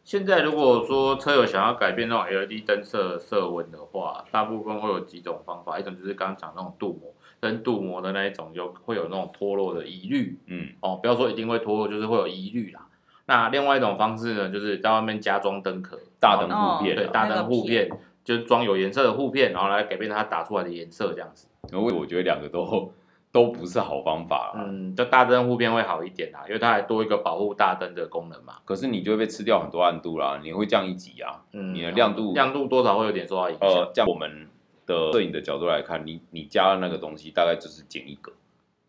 Speaker 3: 现在如果说车友想要改变那种 LED 灯色色温的话，大部分会有几种方法，一种就是刚刚讲那种镀膜，跟镀膜的那一种有会有那种脱落的疑虑
Speaker 1: 嗯
Speaker 3: 哦，不要说一定会脱落，就是会有疑虑啦。那另外一种方式呢，就是在外面加装灯壳，
Speaker 1: 大灯
Speaker 3: 哦
Speaker 1: 护片啊
Speaker 3: 对，大
Speaker 2: 那个
Speaker 3: 灯护
Speaker 2: 片
Speaker 3: 片就是装有颜色的护片，然后来改变它打出来的颜色这样子。
Speaker 1: 然后我觉得两个都都不是好方法啦。
Speaker 3: 嗯，就大灯护片会好一点啦，啊因为它还多一个保护大灯的功能嘛。
Speaker 1: 可是你就会被吃掉很多暗度啦，你会降一级啊。
Speaker 3: 嗯，
Speaker 1: 你的亮度
Speaker 3: 亮度多少会有点受到影响。
Speaker 1: 呃，像我们的摄影的角度来看，你你加了那个东西，大概就是减一格。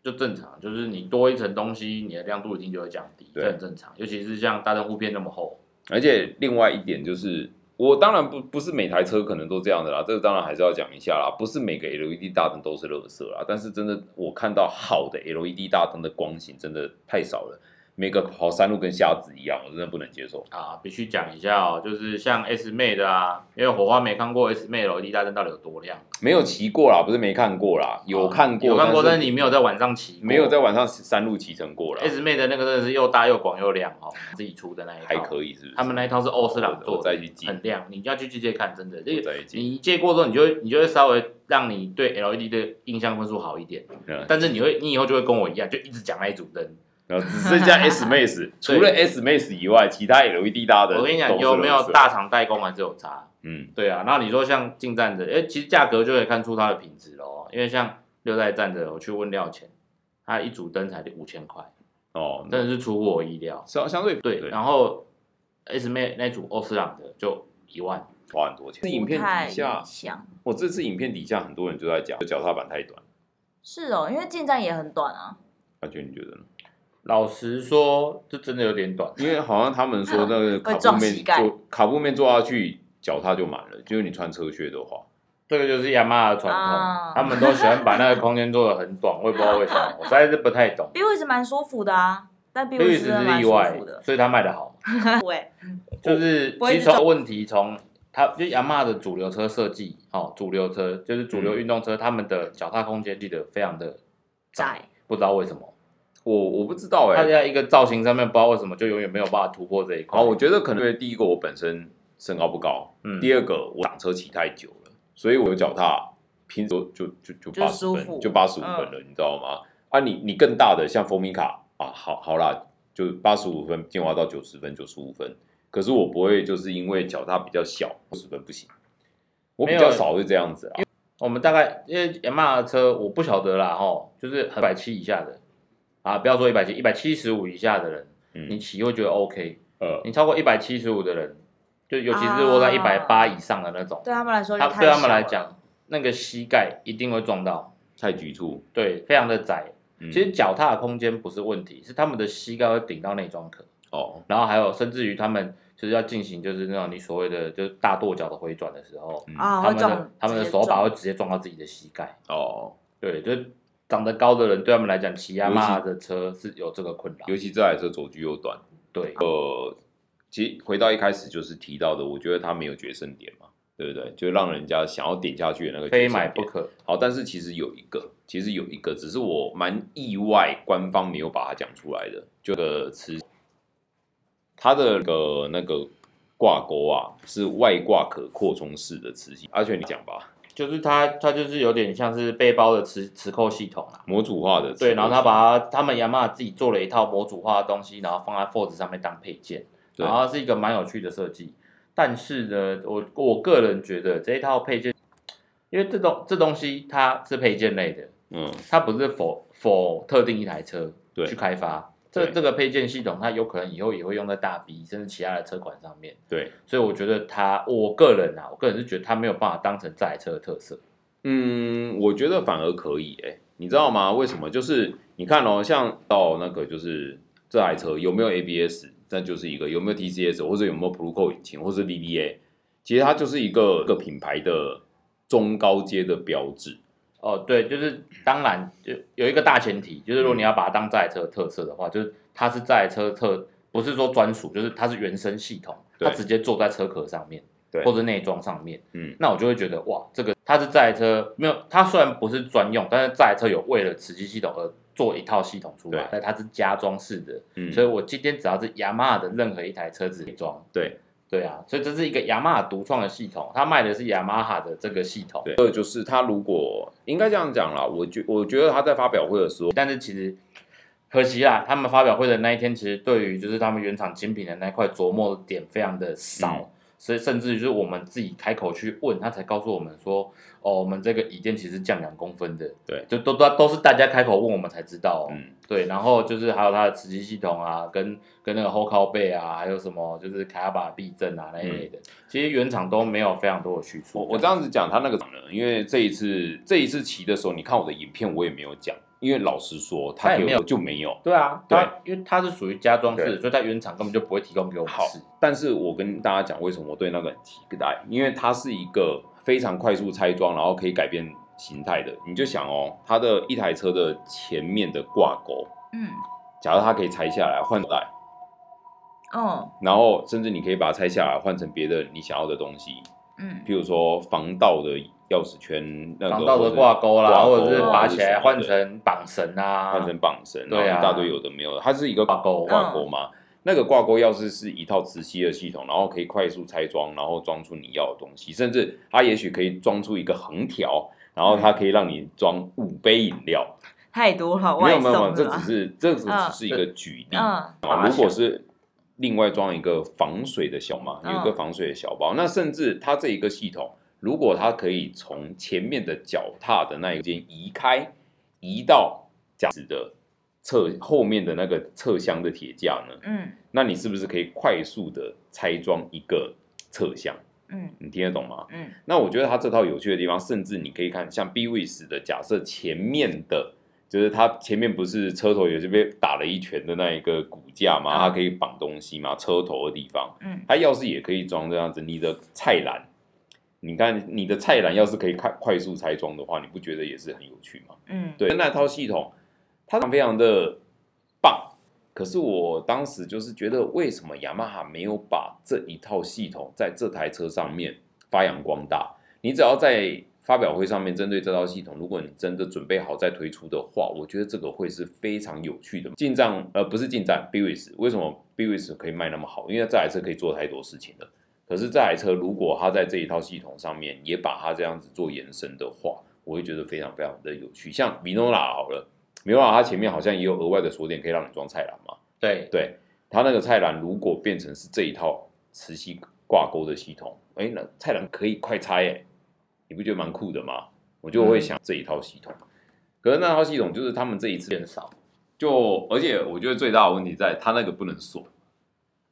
Speaker 3: 就正常，就是你多一层东西，你的亮度一定就会降低，
Speaker 1: 对
Speaker 3: 这很正常。尤其是像大灯护片那么厚，
Speaker 1: 而且另外一点就是，我当然不不是每台车可能都这样的啦，这个当然还是要讲一下啦。不是每个 LED 大灯都是垃圾啦，但是真的我看到好的 LED 大灯的光型真的太少了，每个跑山路跟瞎子一样，我真的不能接受。
Speaker 3: 啊，必须讲一下哦，就是像 S 妹的啊，因为火花没看过 S 妹的 LED 大灯到底有多亮，啊
Speaker 1: 没有骑过啦，不是没看过啦，有看过，
Speaker 3: 有看过，但
Speaker 1: 但
Speaker 3: 是你没有在晚上骑过，
Speaker 1: 没有在晚上山路骑乘过啦，
Speaker 3: S 妹的那个真的是又大又广又亮哦，自己出的那一套，
Speaker 1: 还可以是不是？
Speaker 3: 他们那一套是欧司朗做
Speaker 1: 我
Speaker 3: 的，
Speaker 1: 再去记，
Speaker 3: 很亮，你要去借借看，真的，这
Speaker 1: 我
Speaker 3: 个
Speaker 1: 再去记。
Speaker 3: 你借过之后，你就会你就会稍微让你对 LED 的印象分数好一点，
Speaker 1: 嗯
Speaker 3: 但是你会你以后就会跟我一样，就一直讲那一组灯。
Speaker 1: 然后只剩
Speaker 3: [LAUGHS]
Speaker 1: 下 S Max，除了 S Max 以外，其他 LED 大灯
Speaker 3: 我跟你讲，
Speaker 1: 都是
Speaker 3: 有没
Speaker 1: 垃
Speaker 3: 有
Speaker 1: 圾？
Speaker 3: 大厂代工还是有差？
Speaker 1: 嗯，
Speaker 3: 对啊，然后你说像近战的，哎、其实价格就可以看出它的品质咯。因为像六代战的，我去问料钱，它一组灯才五千块，
Speaker 1: 哦，那
Speaker 3: 真的是出乎我意料。
Speaker 1: 相相对
Speaker 3: 对，然后 S 妹那组欧司朗的就一万，
Speaker 1: 花很多钱。这影片
Speaker 2: 不太
Speaker 1: 底下，
Speaker 2: 像
Speaker 1: 我这次影片底下很多人就在讲脚踏板太短，
Speaker 2: 是哦，因为进站也很短啊，
Speaker 1: 感觉你觉得呢？
Speaker 3: 老实说，这真的有点短。
Speaker 1: 因为好像他们说那
Speaker 2: [LAUGHS]
Speaker 1: 个卡布
Speaker 2: 撞
Speaker 1: 面
Speaker 2: 膝盖
Speaker 1: 坐卡布面坐下去，脚踏就满了，就是你穿车靴的话，
Speaker 3: 这个就是雅马哈的传统，
Speaker 2: 啊
Speaker 3: 他们都喜欢把那个空间做的很短，我也不知道为什么，我实在是不太
Speaker 2: [LAUGHS]
Speaker 3: 懂。
Speaker 2: b 位是蛮舒服的啊，但 b
Speaker 3: 这个
Speaker 2: 位是
Speaker 3: 只是
Speaker 2: 真的蛮
Speaker 3: 意
Speaker 2: 舒
Speaker 3: 外
Speaker 2: 服，的。 [LAUGHS]
Speaker 3: 所以它卖的好。
Speaker 2: 对，
Speaker 3: 就是
Speaker 2: 不会
Speaker 3: 其
Speaker 2: 一
Speaker 3: 实
Speaker 2: 直
Speaker 3: 从问题从它就雅马哈的主流车设计，哦，主流车就是主流
Speaker 1: 嗯
Speaker 3: 运动车，他们的脚踏空间记得非常的
Speaker 2: 窄，
Speaker 3: 不知道为什么，
Speaker 1: 我我不知道哎、
Speaker 3: 它
Speaker 1: 欸。
Speaker 3: 在一个造型上面不知道为什么就永远没有办法突破这一块。
Speaker 2: 哦
Speaker 1: 好，我觉得可能因为第一个我本身身高不高，
Speaker 3: 嗯，
Speaker 1: 第二个我挡车骑太久了，所以我的脚踏平时就就就就
Speaker 2: 就
Speaker 1: 八十
Speaker 2: 舒
Speaker 1: 分，
Speaker 2: 服
Speaker 1: 就八十五分
Speaker 3: 嗯
Speaker 1: 了，你知道吗？啊你，你更大的像风米卡啊，好好啦，就八十五分进化到九十分、九十五分。可是我不会，就是因为脚踏比较小，九十分不行。我比
Speaker 3: 没
Speaker 1: 较
Speaker 3: 有
Speaker 1: 少是这样子啊，
Speaker 3: 我们大概因为雅马哈的车我不晓得啦，哦，就是一百七以下的啊，不要说一百七，一百七十五以下的人，你
Speaker 1: 嗯，
Speaker 3: 骑会觉得 OK，
Speaker 1: 呃，
Speaker 3: 你超过一百七十五的人，就尤其是落
Speaker 2: 啊
Speaker 3: 在一百八以上的那种，
Speaker 2: 对他们来说
Speaker 3: 他
Speaker 2: 就太
Speaker 3: 对他们来
Speaker 2: 小了
Speaker 3: 讲，那个膝盖一定会撞到，
Speaker 1: 太局促。
Speaker 3: 对，非常的窄。
Speaker 1: 嗯、
Speaker 3: 其实脚踏的空间不是问题，是他们的膝盖会顶到内装壳，
Speaker 1: 哦，
Speaker 3: 然后还有甚至于他们就是要进行就是那种你所谓的就是大跺脚的回转的时候，
Speaker 1: 嗯
Speaker 2: 啊，会
Speaker 3: 他们的
Speaker 2: 撞
Speaker 3: 他们的
Speaker 2: 直接
Speaker 3: 手把
Speaker 2: 撞
Speaker 3: 会直接撞到自己的膝盖。
Speaker 1: 哦，
Speaker 3: 对，就是长得高的人对他们来讲，骑亚马哈的车是有这个困扰
Speaker 1: 尤。其这台车轴距又短，
Speaker 3: 对，
Speaker 1: 其实回到一开始就是提到的，我觉得它没有决胜点嘛，对不对？就让人家想要点下去的那个
Speaker 3: 非
Speaker 1: 决胜
Speaker 3: 买
Speaker 1: 点。
Speaker 3: 不可。
Speaker 1: 好，但是其实有一个，其实有一个，只是我蛮意外，官方没有把它讲出来的，就个词，它的那个那个挂钩啊，是外挂可扩充式的磁吸，而且你讲吧，
Speaker 3: 就是它，它就是有点像是背包的磁磁扣系统啦。
Speaker 1: 模组化的磁
Speaker 3: 对，然后他
Speaker 1: 吸
Speaker 3: 把它他们雅马哈自己做了一套模组化的东西，然后放在 Force 上面当配件，
Speaker 1: 对
Speaker 3: 然后是一个蛮有趣的设计。但是呢，我我个人觉得这一套配件，因为这东这东西它是配件类的，
Speaker 1: 嗯
Speaker 3: 它不是否否特定一台车
Speaker 1: 对
Speaker 3: 去开发。这
Speaker 1: 对
Speaker 3: 这个配件系统，它有可能以后也会用在大 B 甚至其他的车款上面，
Speaker 1: 对，
Speaker 3: 所以我觉得它，我个人啊，我个人是觉得它没有办法当成这台车的特色。
Speaker 1: 嗯，我觉得反而可以诶、你知道吗？为什么？就是你看哦，像到那个就是这台车有没有 ABS，那就是一个有没有 TCS 或者有没有 Proco 引擎或者 VVA，其实它就是一个一个品牌的中高阶的标志。
Speaker 3: 哦，对，就是当然就有一个大前提，就是如果
Speaker 1: 嗯
Speaker 3: 你要把它当这台车的特色的话，就是它是这台车的特，不是说专属，就是它是原生系统，
Speaker 1: 对
Speaker 3: 它直接坐在车壳上面，
Speaker 1: 对
Speaker 3: 或者内装上面，
Speaker 1: 嗯
Speaker 3: 那我就会觉得哇，这个它是这台车没有，它虽然不是专用，但是这台车有为了磁吸系统而做一套系统出来，
Speaker 1: 对
Speaker 3: 但它是加装式的，
Speaker 1: 嗯，
Speaker 3: 所以我今天只要是雅马哈的任何一台车子装，
Speaker 1: 对
Speaker 3: 对啊，所以这是一个雅马哈独创的系统，它卖的是雅马哈的这个系统，
Speaker 1: 对，二就是它如果应该这样讲啦，我觉我觉得它在发表会的时候，
Speaker 3: 但是其实可惜啦，他们发表会的那一天，其实对于就是他们原厂精品的那一块琢磨的点非常的少，
Speaker 1: 嗯
Speaker 3: 所以甚至于就是我们自己开口去问，他才告诉我们说，哦，我们这个椅垫其实降两公分的，
Speaker 1: 对
Speaker 3: 就都都都是大家开口问我们才知道、哦，
Speaker 1: 嗯，
Speaker 3: 对，然后就是还有它的磁吸系统啊，跟跟那个后靠背啊，还有什么就是卡亚巴避震啊那一
Speaker 1: 嗯
Speaker 3: 类的，其实原厂都没有非常多的叙述，
Speaker 1: 我我这样子讲，他那个呢，因为这一次这一次骑的时候，你看我的影片，我也没有讲，因为老实说，
Speaker 3: 它
Speaker 1: 他
Speaker 3: 也
Speaker 1: 给
Speaker 3: 没有
Speaker 1: 我就没有。
Speaker 3: 对啊，
Speaker 1: 对
Speaker 3: 它因为它是属于家装式，
Speaker 1: 对
Speaker 3: 所以它原厂根本就不会提供给我们
Speaker 1: 好
Speaker 3: 试。，
Speaker 1: 但是我跟大家讲，为什么我对那个很期待，因为它是一个非常快速拆装，然后可以改变形态的。你就想哦，它的一台车的前面的挂钩，
Speaker 2: 嗯，
Speaker 1: 假如它可以拆下来换来，
Speaker 2: 哦，
Speaker 1: 然后甚至你可以把它拆下来换成别的你想要的东西，
Speaker 2: 嗯，
Speaker 1: 譬如说防盗的钥匙圈，那个
Speaker 3: 防盗
Speaker 1: 或
Speaker 3: 的
Speaker 1: 者
Speaker 3: 挂钩啦，
Speaker 1: 挂钩啊
Speaker 3: 或者是拔起来
Speaker 1: 或
Speaker 3: 换
Speaker 1: 者是
Speaker 3: 成绑绳啊，
Speaker 1: 换成绑绳，
Speaker 3: 对
Speaker 1: 然
Speaker 3: 啊
Speaker 1: 后一大堆有的没有的，它是一个
Speaker 3: 挂钩
Speaker 1: 挂钩嘛。那个挂钩钥匙是一套磁吸的系统，然后可以快速拆装，然后装出你要的东西，甚至它也许可以装出一个横条，然后它可以让你装五杯饮料。
Speaker 2: 太多了，
Speaker 1: 没
Speaker 2: 外
Speaker 1: 有没有，没有
Speaker 2: 送
Speaker 1: 这
Speaker 2: 的
Speaker 1: 只
Speaker 2: 啦，
Speaker 1: 是这只
Speaker 2: 嗯
Speaker 1: 只是一个举例。
Speaker 2: 嗯，
Speaker 1: 啊，如果是另外装一个防水的小嘛，
Speaker 2: 嗯
Speaker 1: 有一个防水的小包，那甚至它这一个系统，如果它可以从前面的脚踏的那一间移开，移到驾驶的侧后面的那个侧箱的铁架呢，
Speaker 2: 嗯
Speaker 1: 那你是不是可以快速的拆装一个侧箱？
Speaker 2: 嗯
Speaker 1: 你听得懂吗？
Speaker 2: 嗯
Speaker 1: 那我觉得它这套有趣的地方，甚至你可以看像 B w i s 的假设前面的，就是它前面不是车头也是被打了一拳的那一个骨架嘛，
Speaker 2: 嗯
Speaker 1: 它可以绑东西嘛，车头的地方，
Speaker 2: 嗯，
Speaker 1: 它钥匙也可以装这样子。你的菜篮，你看你的菜篮要是可以快快速拆装的话，你不觉得也是很有趣吗？
Speaker 2: 嗯，
Speaker 1: 对，那套系统它非常的棒。可是我当时就是觉得，为什么雅马哈没有把这一套系统在这台车上面发扬光大？你只要在发表会上面针对这套系统，如果你真的准备好再推出的话，我觉得这个会是非常有趣的。进站呃不是进站 b i w i s 为什么 b i w i s 可以卖那么好？因为这台车可以做太多事情了。可是这台车如果它在这一套系统上面也把它这样子做延伸的话，我会觉得非常非常的有趣。像米诺拉好了，米诺拉啊它前面好像也有额外的锁点可以让你装菜篮嘛。
Speaker 3: 对，
Speaker 1: 对，它那个菜篮如果变成是这一套磁吸挂钩的系统，哎，那菜篮可以快拆哎，你不觉得蛮酷的吗？我就会想这一套系统。可是那套系统就是他们这一次
Speaker 3: 变少，
Speaker 1: 就，而且我觉得最大的问题在它那个不能锁，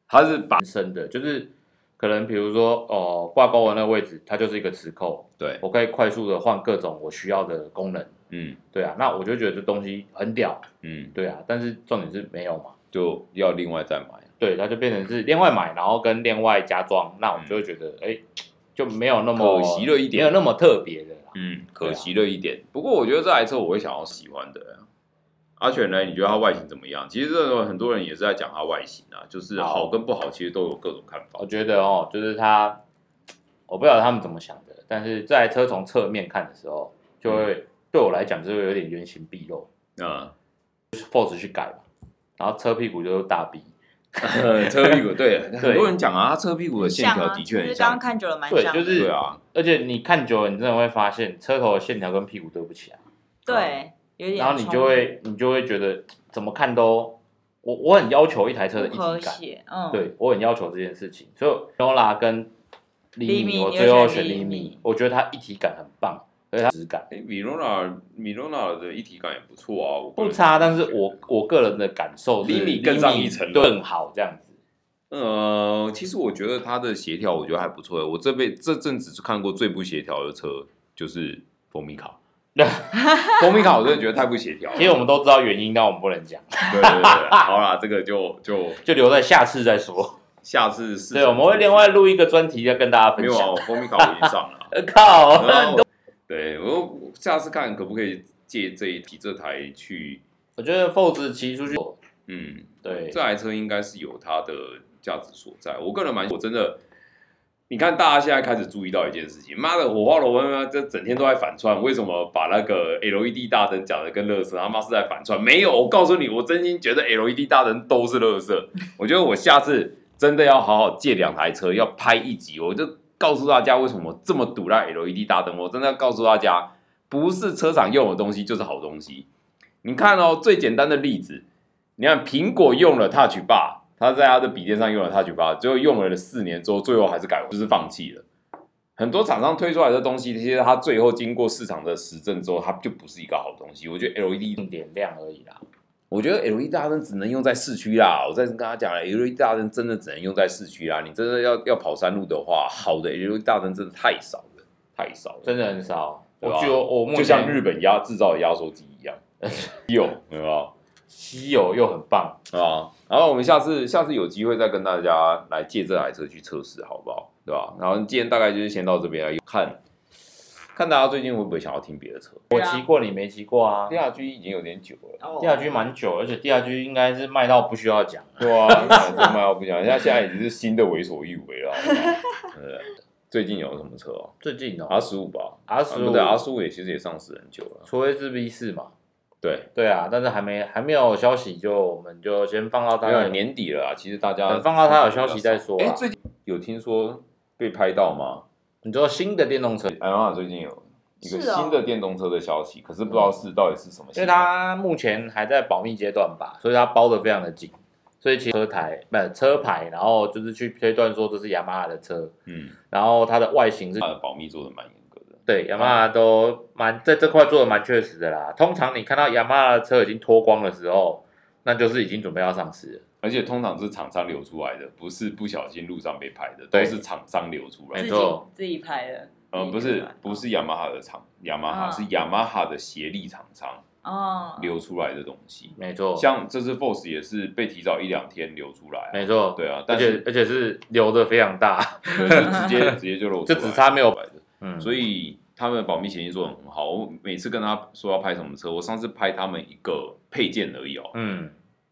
Speaker 1: 它是把
Speaker 3: 蛮深的，就是可能比如说哦，挂钩的那个位置，它就是一个磁扣，
Speaker 1: 对，
Speaker 3: 我可以快速的换各种我需要的功能。
Speaker 1: 嗯
Speaker 3: 对啊，那我就觉得这东西很屌，
Speaker 1: 嗯，
Speaker 3: 对啊，但是重点是没有嘛，
Speaker 1: 就要另外再买。
Speaker 3: 对，它就变成是另外买，然后跟另外加装，那我就会觉得，哎、就没有那么
Speaker 1: 可惜了一点
Speaker 3: 没有那么特别的啦。
Speaker 1: 嗯，可惜了一点。不过我觉得这台车我会想要喜欢的。啊阿全呢？你觉得它外形怎么样？其实这种很多人也是在讲它外形啊，就是好跟不好，其实都有各种看法
Speaker 3: 我。觉得哦，就是它，我不知道他们怎么想的，但是这台车从侧面看的时候，就会、对我来讲就会有点原形毕露
Speaker 1: 啊，
Speaker 3: ，Force 去改嘛，然后车屁股就是大 B，
Speaker 1: 嗯 [LAUGHS] 车屁股
Speaker 3: [LAUGHS]
Speaker 1: 对，很多人讲啊，它车屁股的线
Speaker 2: 很像
Speaker 1: 条
Speaker 2: 啊
Speaker 1: 的确
Speaker 2: 就
Speaker 1: 很
Speaker 2: 是刚
Speaker 1: 像
Speaker 2: 刚。看久了蛮
Speaker 3: 对
Speaker 2: 像的，
Speaker 3: 就是
Speaker 1: 对啊，
Speaker 3: 而且你看久了，你真的会发现车头的线条跟屁股对不起来。啊
Speaker 2: 对，有点，
Speaker 3: 然后你就会你就会觉得怎么看都，我我很要求一台车的一
Speaker 2: 不和
Speaker 3: 体感，
Speaker 2: 谐，嗯，，
Speaker 3: 对我很要求这件事情，所以 Nola 跟
Speaker 2: 厘
Speaker 3: 厘
Speaker 2: 米
Speaker 3: 米，我
Speaker 2: 你
Speaker 3: 最
Speaker 2: 有
Speaker 3: 后
Speaker 2: 选
Speaker 3: 选
Speaker 2: 厘
Speaker 3: 厘
Speaker 2: 米
Speaker 3: 米，我觉得它一体感很棒，而且它质感
Speaker 1: 哎，米罗纳米罗纳的一体感也不错啊，我个人
Speaker 3: 不差，但是我我个人的感受是
Speaker 1: 厘米更上一层楼
Speaker 3: 厘米更好这样子，
Speaker 1: 呃，其实我觉得它的协调我觉得还不错欸。我这辈这阵子是看过最不协调的车就是蜂蜜
Speaker 3: [LAUGHS]
Speaker 1: 卡，蜂蜜卡我真的觉得太不协调了。
Speaker 3: 其实我们都知道原因，但我们不能讲，
Speaker 1: [LAUGHS] 对对对，好啦，这个就就
Speaker 3: 就留在下次再说。
Speaker 1: 下次是。
Speaker 3: 对，我们会另外录一个专题要跟大家
Speaker 1: 没
Speaker 3: 分
Speaker 1: 有啊，
Speaker 3: 享
Speaker 1: 我。蜂蜜卡我已经上了
Speaker 3: [LAUGHS] 。呃靠，
Speaker 1: 然后对，我下次看可不可以借这一题这台去，
Speaker 3: 我觉得 Fox 骑出去，
Speaker 1: 嗯，
Speaker 3: 对
Speaker 1: 这，台车应该是有它的价值所在。我个人蛮，我真的，你看大家现在开始注意到一件事情，妈的，火花龙他妈这整天都在反串，为什么把那个 LED 大灯讲的跟乐色他妈是在反串？没有，我告诉你，我真心觉得 LED 大灯都是乐色。我觉得我下次真的要好好借两台车，要拍一集，我就告诉大家为什么我这么堵烂 LED 大灯。我真的要告诉大家，不是车厂用的东西就是好东西。你看哦，最简单的例子，你看苹果用了 Touch Bar，它在它的笔电上用了 Touch Bar，最后用了四年之后，最后还是改为，就是放弃了。很多厂商推出来的东西，其实它最后经过市场的实证之后，它就不是一个好东西。我觉得 LED
Speaker 3: 重点亮而已啦。
Speaker 1: 我觉得 LED 大灯只能用在市区啦。我再跟他讲了，LED 大灯真的只能用在市区啦。你真的要要跑山路的话，好的 LED 大灯真的太少了，太少了。
Speaker 3: 真的很少。
Speaker 1: 对
Speaker 3: 我
Speaker 1: 吧
Speaker 3: 就我目
Speaker 1: 就
Speaker 3: 前 [LAUGHS]
Speaker 1: 像日本压制造的压缩机一样，有没有？
Speaker 3: 稀有又很棒。
Speaker 1: 啊，然后我们下次下次有机会再跟大家来借这台车去测试，好不好？对吧？然后今天大概就是先到这边来看，看大家最近会不会想要听别的车。
Speaker 3: 我
Speaker 2: 对啊
Speaker 3: 骑过，你没骑过啊
Speaker 1: D。R G 已经有点久了，
Speaker 2: 哦
Speaker 3: 第二居蛮久，而且第二居应该是卖到不需要讲。
Speaker 1: 对啊，这卖到不讲，人家现在已经是新的为所欲为了，好不好对不对？最近有什么车哦
Speaker 3: 最近哦
Speaker 1: ？R 十五吧
Speaker 3: R
Speaker 1: 啊
Speaker 3: 十
Speaker 1: 不
Speaker 3: 五
Speaker 1: 对，R 十五也其实也上市很久了。
Speaker 3: 除非是 V 四嘛，
Speaker 1: 对，
Speaker 3: 对啊，但是还没还没有消息就，我们就先放到它
Speaker 1: 没有年底了啊，其实大家
Speaker 3: 等放到它有消息再说啊
Speaker 1: 哎，
Speaker 3: 啦
Speaker 1: 最近有听说被拍到吗？
Speaker 3: 你知道新的电动车，
Speaker 1: 艾玛最近有一个
Speaker 2: 是哦
Speaker 1: 新的电动车的消息，可是不知道是到底是什么
Speaker 3: 因
Speaker 1: 新
Speaker 3: 为
Speaker 1: 闻。
Speaker 3: 它目前还在保密阶段吧，所以它包的非常的紧，所以其实车台不是车牌，然后就是去推断说这是雅马哈的车，
Speaker 1: 嗯，
Speaker 3: 然后它的外形是
Speaker 1: 它的保密做的蛮严格的。
Speaker 3: 对雅马哈都蛮在这块做的蛮确实的啦。通常你看到雅马哈的车已经脱光的时候，那就是已经准备要上市了。
Speaker 1: 而且通常是厂商流出来的，不是不小心路上被拍的，都
Speaker 3: 对
Speaker 1: 是厂商流出来
Speaker 3: 没
Speaker 1: 的。
Speaker 3: 错
Speaker 2: 自己自己拍的。
Speaker 1: 呃，不是不是雅马哈的厂，雅马哈
Speaker 2: 嗯
Speaker 1: 是雅马哈的协力厂商
Speaker 2: 哦，
Speaker 1: 流出来的东西。
Speaker 3: 没错，
Speaker 1: 像这次 Force 也是被提早一两天流出来啊、
Speaker 3: 没错，
Speaker 1: 对啊，
Speaker 3: 而
Speaker 1: 但
Speaker 3: 且
Speaker 1: 是
Speaker 3: 而且是留的非常大，
Speaker 1: 对就 [LAUGHS] 直接直接就露出来，
Speaker 3: 就只差没有
Speaker 1: 白的。
Speaker 3: 嗯，
Speaker 1: 所
Speaker 3: 以
Speaker 1: 以他们的保密协议做的很好。我每次跟他说要拍什么车，我上次拍他们一个配件而已哦，
Speaker 3: 嗯，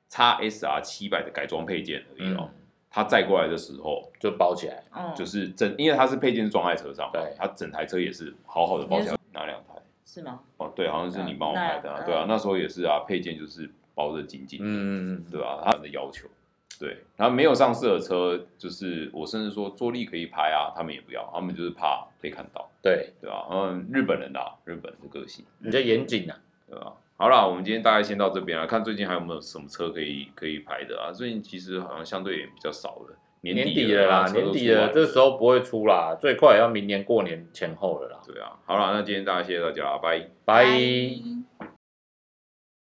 Speaker 1: 叉 SR 七百的改装配件而已哦。他载过来的时候，
Speaker 3: 就包起来，
Speaker 2: 嗯，
Speaker 1: 就是是整，因为它是配件是装在车上嘛，
Speaker 3: 对
Speaker 1: 他整台车也是好好的包起来，拿两台。
Speaker 2: 吗？
Speaker 1: 哦，对，好像是你帮我拍的、啊，
Speaker 2: 嗯
Speaker 1: 对啊，
Speaker 2: 嗯
Speaker 1: 那时候也是啊，配件就是包的紧紧的，
Speaker 3: 嗯嗯嗯，
Speaker 1: 对吧、他的要求。对，然后没有上市的车，就是我甚至说坐力可以拍啊，他们也不要，他们就是怕被看到，
Speaker 3: 对，
Speaker 1: 对吧、嗯，日本人啊，日本的个性。
Speaker 3: 比较严谨啊，
Speaker 1: 对吧？好啦，我们今天大概先到这边啊，看最近还有没有什么车可以可以排的啊？最近其实好像相对也比较少了，年
Speaker 3: 年
Speaker 1: 底
Speaker 3: 底了啦，
Speaker 1: 车
Speaker 3: 年
Speaker 1: 都
Speaker 3: 底
Speaker 1: 出来
Speaker 3: 了，这时候不会出啦，最快也要明年过年前后了啦，
Speaker 1: 对啊。好啦，那今天大家谢谢大家啦，拜。
Speaker 3: 拜。
Speaker 2: 拜